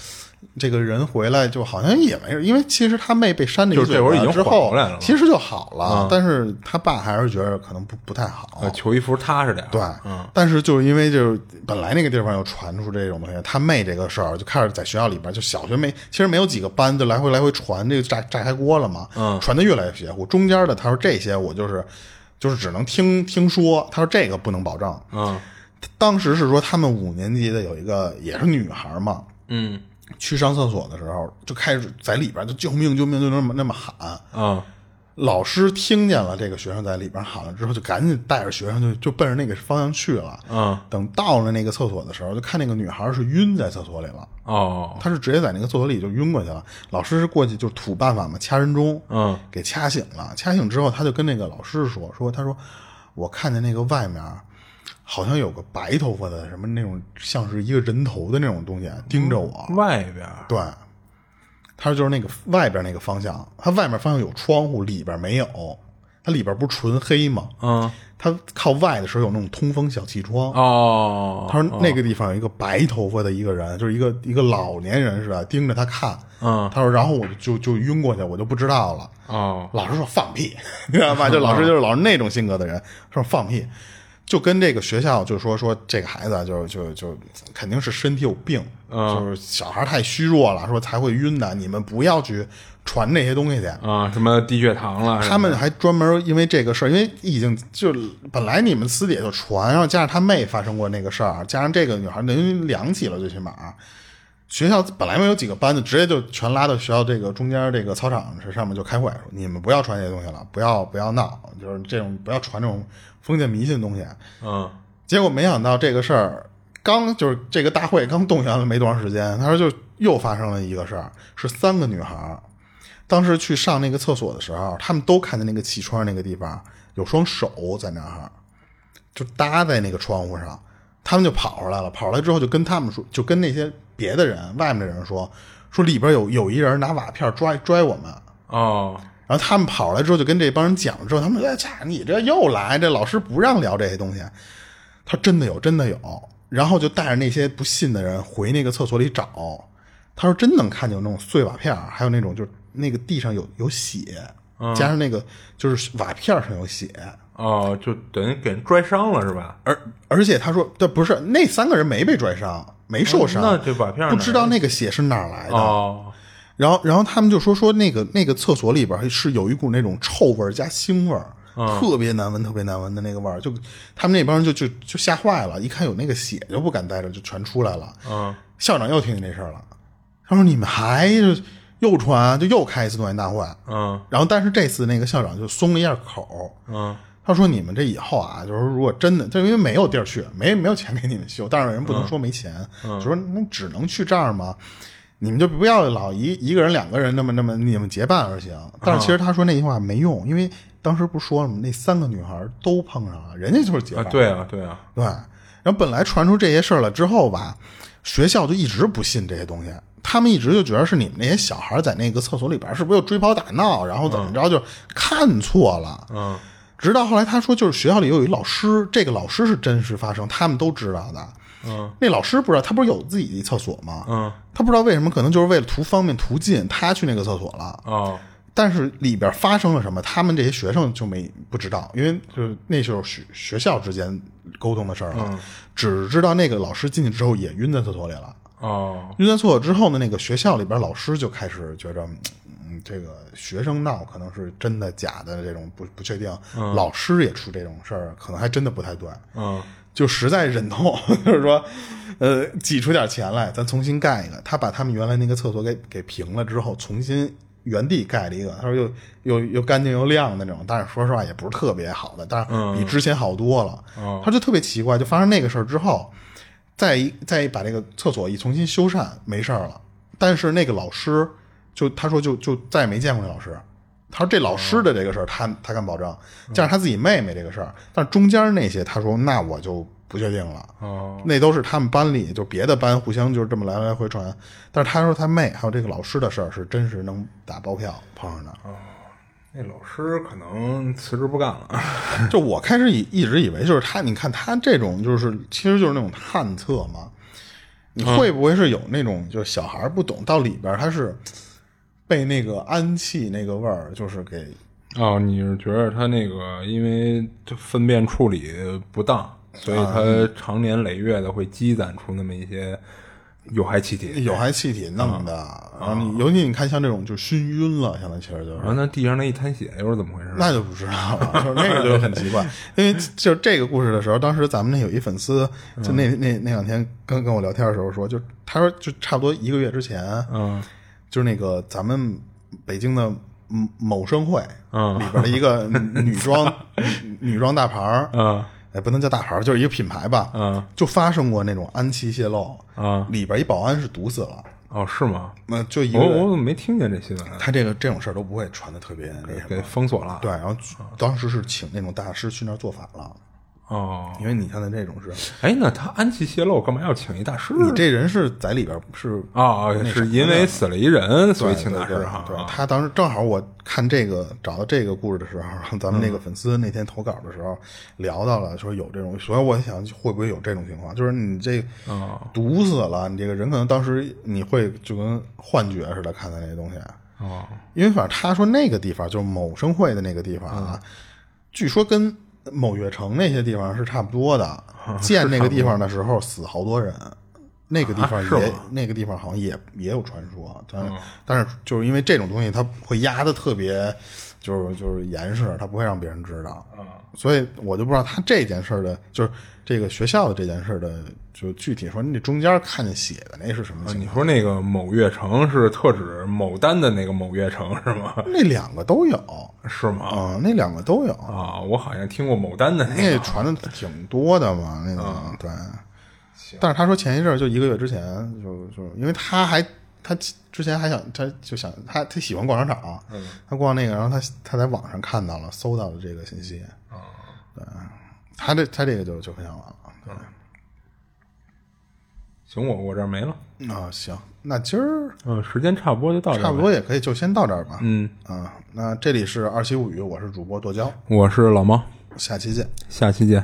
Speaker 2: 这个人回来就好像也没事，因为其实他妹被扇了一
Speaker 3: 就是这
Speaker 2: 嘴
Speaker 3: 会儿已
Speaker 2: 巴
Speaker 3: 经
Speaker 2: 之
Speaker 3: 缓
Speaker 2: 后
Speaker 3: 过来了嘛，嗯
Speaker 2: 其实就好了。但是他爸还是觉得可能不不太好。
Speaker 3: 呃求一幅踏实点儿，
Speaker 2: 对，
Speaker 3: 嗯
Speaker 2: 但是就是因为就是本来那个地方又传出这种东西，他妹这个事儿就开始在学校里边，就小学没其实没有几个班，就来回来回传这个炸炸开锅了嘛，嗯，传的越来越邪乎。中间的他说这些我就是就是只能听听说，他说这个不能保证，
Speaker 3: 嗯
Speaker 2: 当时是说他们五年级的有一个也是女孩嘛，
Speaker 3: 嗯
Speaker 2: 去上厕所的时候就开始在里边就救命救命就那么那么喊，
Speaker 3: 嗯，
Speaker 2: 老师听见了这个学生在里边喊了之后，就赶紧带着学生就就奔着那个方向去了。
Speaker 3: 嗯，
Speaker 2: 等到了那个厕所的时候，就看那个女孩是晕在厕所里了，
Speaker 3: 哦，
Speaker 2: 她是直接在那个厕所里就晕过去了。老师是过去就是土办法嘛，掐人中，
Speaker 3: 嗯，
Speaker 2: 给掐醒了。掐醒之后，他就跟那个老师说说，他说我看见那个外面好像有个白头发的什么那种像是一个人头的那种东西盯着我，
Speaker 3: 外边儿，
Speaker 2: 对，他就是那个外边那个方向，他外面方向有窗户，里边没有。它里边不是纯黑吗？
Speaker 3: 嗯，
Speaker 2: 它靠外的时候有那种通风小气窗。
Speaker 3: 哦，
Speaker 2: 他说那个地方有一个白头发的一个人，就是一个一个老年人似的，盯着他看。
Speaker 3: 嗯
Speaker 2: 他说，然后我就就晕过去，我就不知道了。
Speaker 3: 哦，
Speaker 2: 老师说放屁，你知道吧？就老师就是老师那种性格的人，说放屁，就跟这个学校就说说这个孩子啊就就就肯定是身体有病，就是小孩太虚弱了，说才会晕的。你们不要去传这些东西去。
Speaker 3: 啊，什么低血糖了？
Speaker 2: 他们还专门因为这个事儿，因为已经就本来你们私底下就传，然后加上他妹发生过那个事儿，加上这个女孩人凉起了，最起码学校本来没有几个班的，直接就全拉到学校这个中间这个操场这上面就开会，说你们不要传这些东西了，不要不要闹，就是这种不要传这种封建迷信的东西。
Speaker 3: 嗯
Speaker 2: 结果没想到这个事儿刚就是这个大会刚动员了没多长时间，他说就又发生了一个事儿，是三个女孩儿，当时去上那个厕所的时候，她们都看见那个气窗那个地方有双手在那儿，就搭在那个窗户上，她们就跑出来了，跑出来之后就跟他们说，就跟那些别的人外面的人说，说里边有有一人拿瓦片拽拽我们，
Speaker 3: 哦
Speaker 2: 然后他们跑来之后，就跟这帮人讲了之后，他们说：“哎，操，你这又来，这老师不让聊这些东西。”他说真的有，真的有。然后就带着那些不信的人回那个厕所里找。他说真能看见有那种碎瓦片儿，还有那种就是那个地上有有血，
Speaker 3: 嗯
Speaker 2: 加上那个就是瓦片儿上有血。
Speaker 3: 哦，就等于给人拽伤了是吧？
Speaker 2: 而而且他说，这不是那三个人没被拽伤，没受伤，
Speaker 3: 哦那这瓦片儿哪来的
Speaker 2: 不知道那个血是哪儿来的。
Speaker 3: 哦
Speaker 2: 然后，然后他们就说说那个那个厕所里边是有一股那种臭味儿加腥味儿，特别难闻，特别难闻的那个味儿，就他们那帮人就就就吓坏了，一看有那个血就不敢待着，就全出来了。
Speaker 3: 嗯，
Speaker 2: 校长又听见这事儿了，他说你们还是又传，就又开一次动员大会。
Speaker 3: 嗯
Speaker 2: 然后，但是这次那个校长就松了一下口，
Speaker 3: 嗯
Speaker 2: 他说：“你们这以后啊，就是如果真的，就因为没有地儿去，没没有钱给你们修，但是人不
Speaker 3: 嗯
Speaker 2: 能说没钱，就说那只能去这儿吗？你们就不要老一一个人、两个人那么那么你们结伴而行。但是其
Speaker 3: 嗯
Speaker 2: 实他说那句话没用，因为当时不说了吗？那三个女孩都碰上了，人家就是结
Speaker 3: 啊，
Speaker 2: 伴，
Speaker 3: 对啊对啊，
Speaker 2: 对。然后本来传出这些事儿了之后吧，学校就一直不信这些东西，他们一直就觉得是你们那些小孩在那个厕所里边是不是又追跑打闹，然后怎么着就看错了，
Speaker 3: 嗯
Speaker 2: 直到后来他说，就是学校里有一老师，这个老师是真实发生，他们都知道的。
Speaker 3: 嗯，
Speaker 2: 那老师不知道，他不是有自己的一厕所吗？
Speaker 3: 嗯，
Speaker 2: 他不知道为什么，可能就是为了图方便图近，他去那个厕所了。
Speaker 3: 哦
Speaker 2: 但是里边发生了什么，他们这些学生就没不知道，因为就是那时候学学校之间沟通的事儿了，只知道那个老师进去之后也晕在厕所里了。
Speaker 3: 哦
Speaker 2: 晕在厕所之后呢，那个学校里边老师就开始觉着，嗯，这个学生闹可能是真的假的这种不不确定，老师也出这种事儿，可能还真的不太对，
Speaker 3: 嗯
Speaker 2: 就实在忍痛， *laughs* 就是说，呃，挤出点钱来，咱重新盖一个。他把他们原来那个厕所给给平了之后，重新原地盖了一个，他说又又又干净又亮的那种，但是说实话也不是特别好的，但是比之前好多了。
Speaker 3: 哦
Speaker 2: 他就特别奇怪，就发生那个事儿之后，再一再一把这个厕所一重新修缮，没事儿了。但是那个老师就他说就就再也没见过那老师。他说这老师的这个事儿，他他敢保证，加上他自己妹妹这个事儿，但是中间那些他说那我就不确定了。
Speaker 3: 哦
Speaker 2: 那都是他们班里就别的班互相就是这么来来回传，但是他说他妹还有这个老师的事儿是真实能打包票碰上的。
Speaker 3: 那老师可能辞职不干了。 *laughs*
Speaker 2: 就我开始以一直以为就是他，你看他这种就是其实就是那种探测嘛，你会不会是有那种就是小孩儿不懂到里边儿他是被那个氨气那个味儿就是给
Speaker 3: 哦，你是觉得他那个因为这粪便处理不当，所以他常年累月的会积攒出那么一些有害气体，
Speaker 2: 有害气体弄的，然后你尤其你看像这种就熏晕了，相当于其实就是
Speaker 3: 然后那地上那一滩血又是怎么回事？
Speaker 2: 那就不知道了，
Speaker 3: *laughs*
Speaker 2: 就是那个就很奇怪。因为就是这个故事的时候，当时咱们那有一粉丝，就那
Speaker 3: 嗯
Speaker 2: 那那两天跟跟我聊天的时候说，就他说就差不多一个月之前，
Speaker 3: 嗯
Speaker 2: 就是那个咱们北京的某某生会，
Speaker 3: 嗯
Speaker 2: 里边的一
Speaker 3: *laughs*
Speaker 2: 个女装女女装大牌儿，
Speaker 3: 嗯
Speaker 2: 哎，不能叫大牌儿，就是一个品牌吧，
Speaker 3: 嗯，
Speaker 2: 就发生过那种氨气泄漏，
Speaker 3: 嗯
Speaker 2: 里边一保安是毒死了，
Speaker 3: 哦，是吗？
Speaker 2: 那就一个
Speaker 3: 我
Speaker 2: 月
Speaker 3: 我怎么没听见这新闻？
Speaker 2: 他这个这种事儿都不会传的特别那什么
Speaker 3: 给。封锁了。
Speaker 2: 对，然后当时是请那种大师去那儿做法了，
Speaker 3: 哦，
Speaker 2: 因为你看的这种是，
Speaker 3: 哎，那他安琪泄露干嘛要请一大师？
Speaker 2: 你这人是在里边是
Speaker 3: 啊、是因为死了一人，所以请
Speaker 2: 对
Speaker 3: 大师
Speaker 2: 对
Speaker 3: 哈。
Speaker 2: 对
Speaker 3: 啊
Speaker 2: 他当时正好我看这个找到这个故事的时候，然后咱们
Speaker 3: 嗯
Speaker 2: 那个粉丝那天投稿的时候聊到了，说有这种，所以我想会不会有这种情况，就是你这
Speaker 3: 啊
Speaker 2: 毒死了，你这个人可能当时你会就跟幻觉似的看待那些东西，啊
Speaker 3: 哦，
Speaker 2: 因为反正他说那个地方就某生会的那个地方啊，
Speaker 3: 嗯
Speaker 2: 据说跟某悦城那些地方是差不多
Speaker 3: *laughs*
Speaker 2: 的，建那个地方的时候死好多人。那个地方
Speaker 3: 啊是
Speaker 2: 也
Speaker 3: 吗，嗯
Speaker 2: 那个地方好像也也有传说，但是、但是就是因为这种东西，它会压的特别，就是就是严实，它不会让别人知道，
Speaker 3: 嗯
Speaker 2: 所以我就不知道他这件事儿的，就是这个学校的这件事儿的，就具体说，你这中间看见写的那是什么情况？
Speaker 3: 啊你说那个某月城是特指某单的那个某月城是吗？
Speaker 2: 那两个都有
Speaker 3: 是吗？
Speaker 2: 啊、那两个都有
Speaker 3: 啊，我好像听过某单的那
Speaker 2: 那
Speaker 3: 个
Speaker 2: 传的挺多的嘛，那个、
Speaker 3: 嗯
Speaker 2: 对。但是他说前一阵儿就一个月之前就就，因为他还他之前还想他就想他他喜欢逛商场，
Speaker 3: 嗯
Speaker 2: 他逛那个，然后他他在网上看到了搜到了这个信息，
Speaker 3: 哦
Speaker 2: 对，他这他这个就就分享完了，对。
Speaker 3: 行，我我这儿没了。
Speaker 2: 啊，行，那今儿
Speaker 3: 嗯，时间差不多就嗯到这儿吧
Speaker 2: 差不多也可以，就先到这儿吧。
Speaker 3: 嗯
Speaker 2: 啊，那这里是二七物语，我是主播剁椒，
Speaker 3: 我是老猫，
Speaker 2: 下期见。
Speaker 3: 下期见。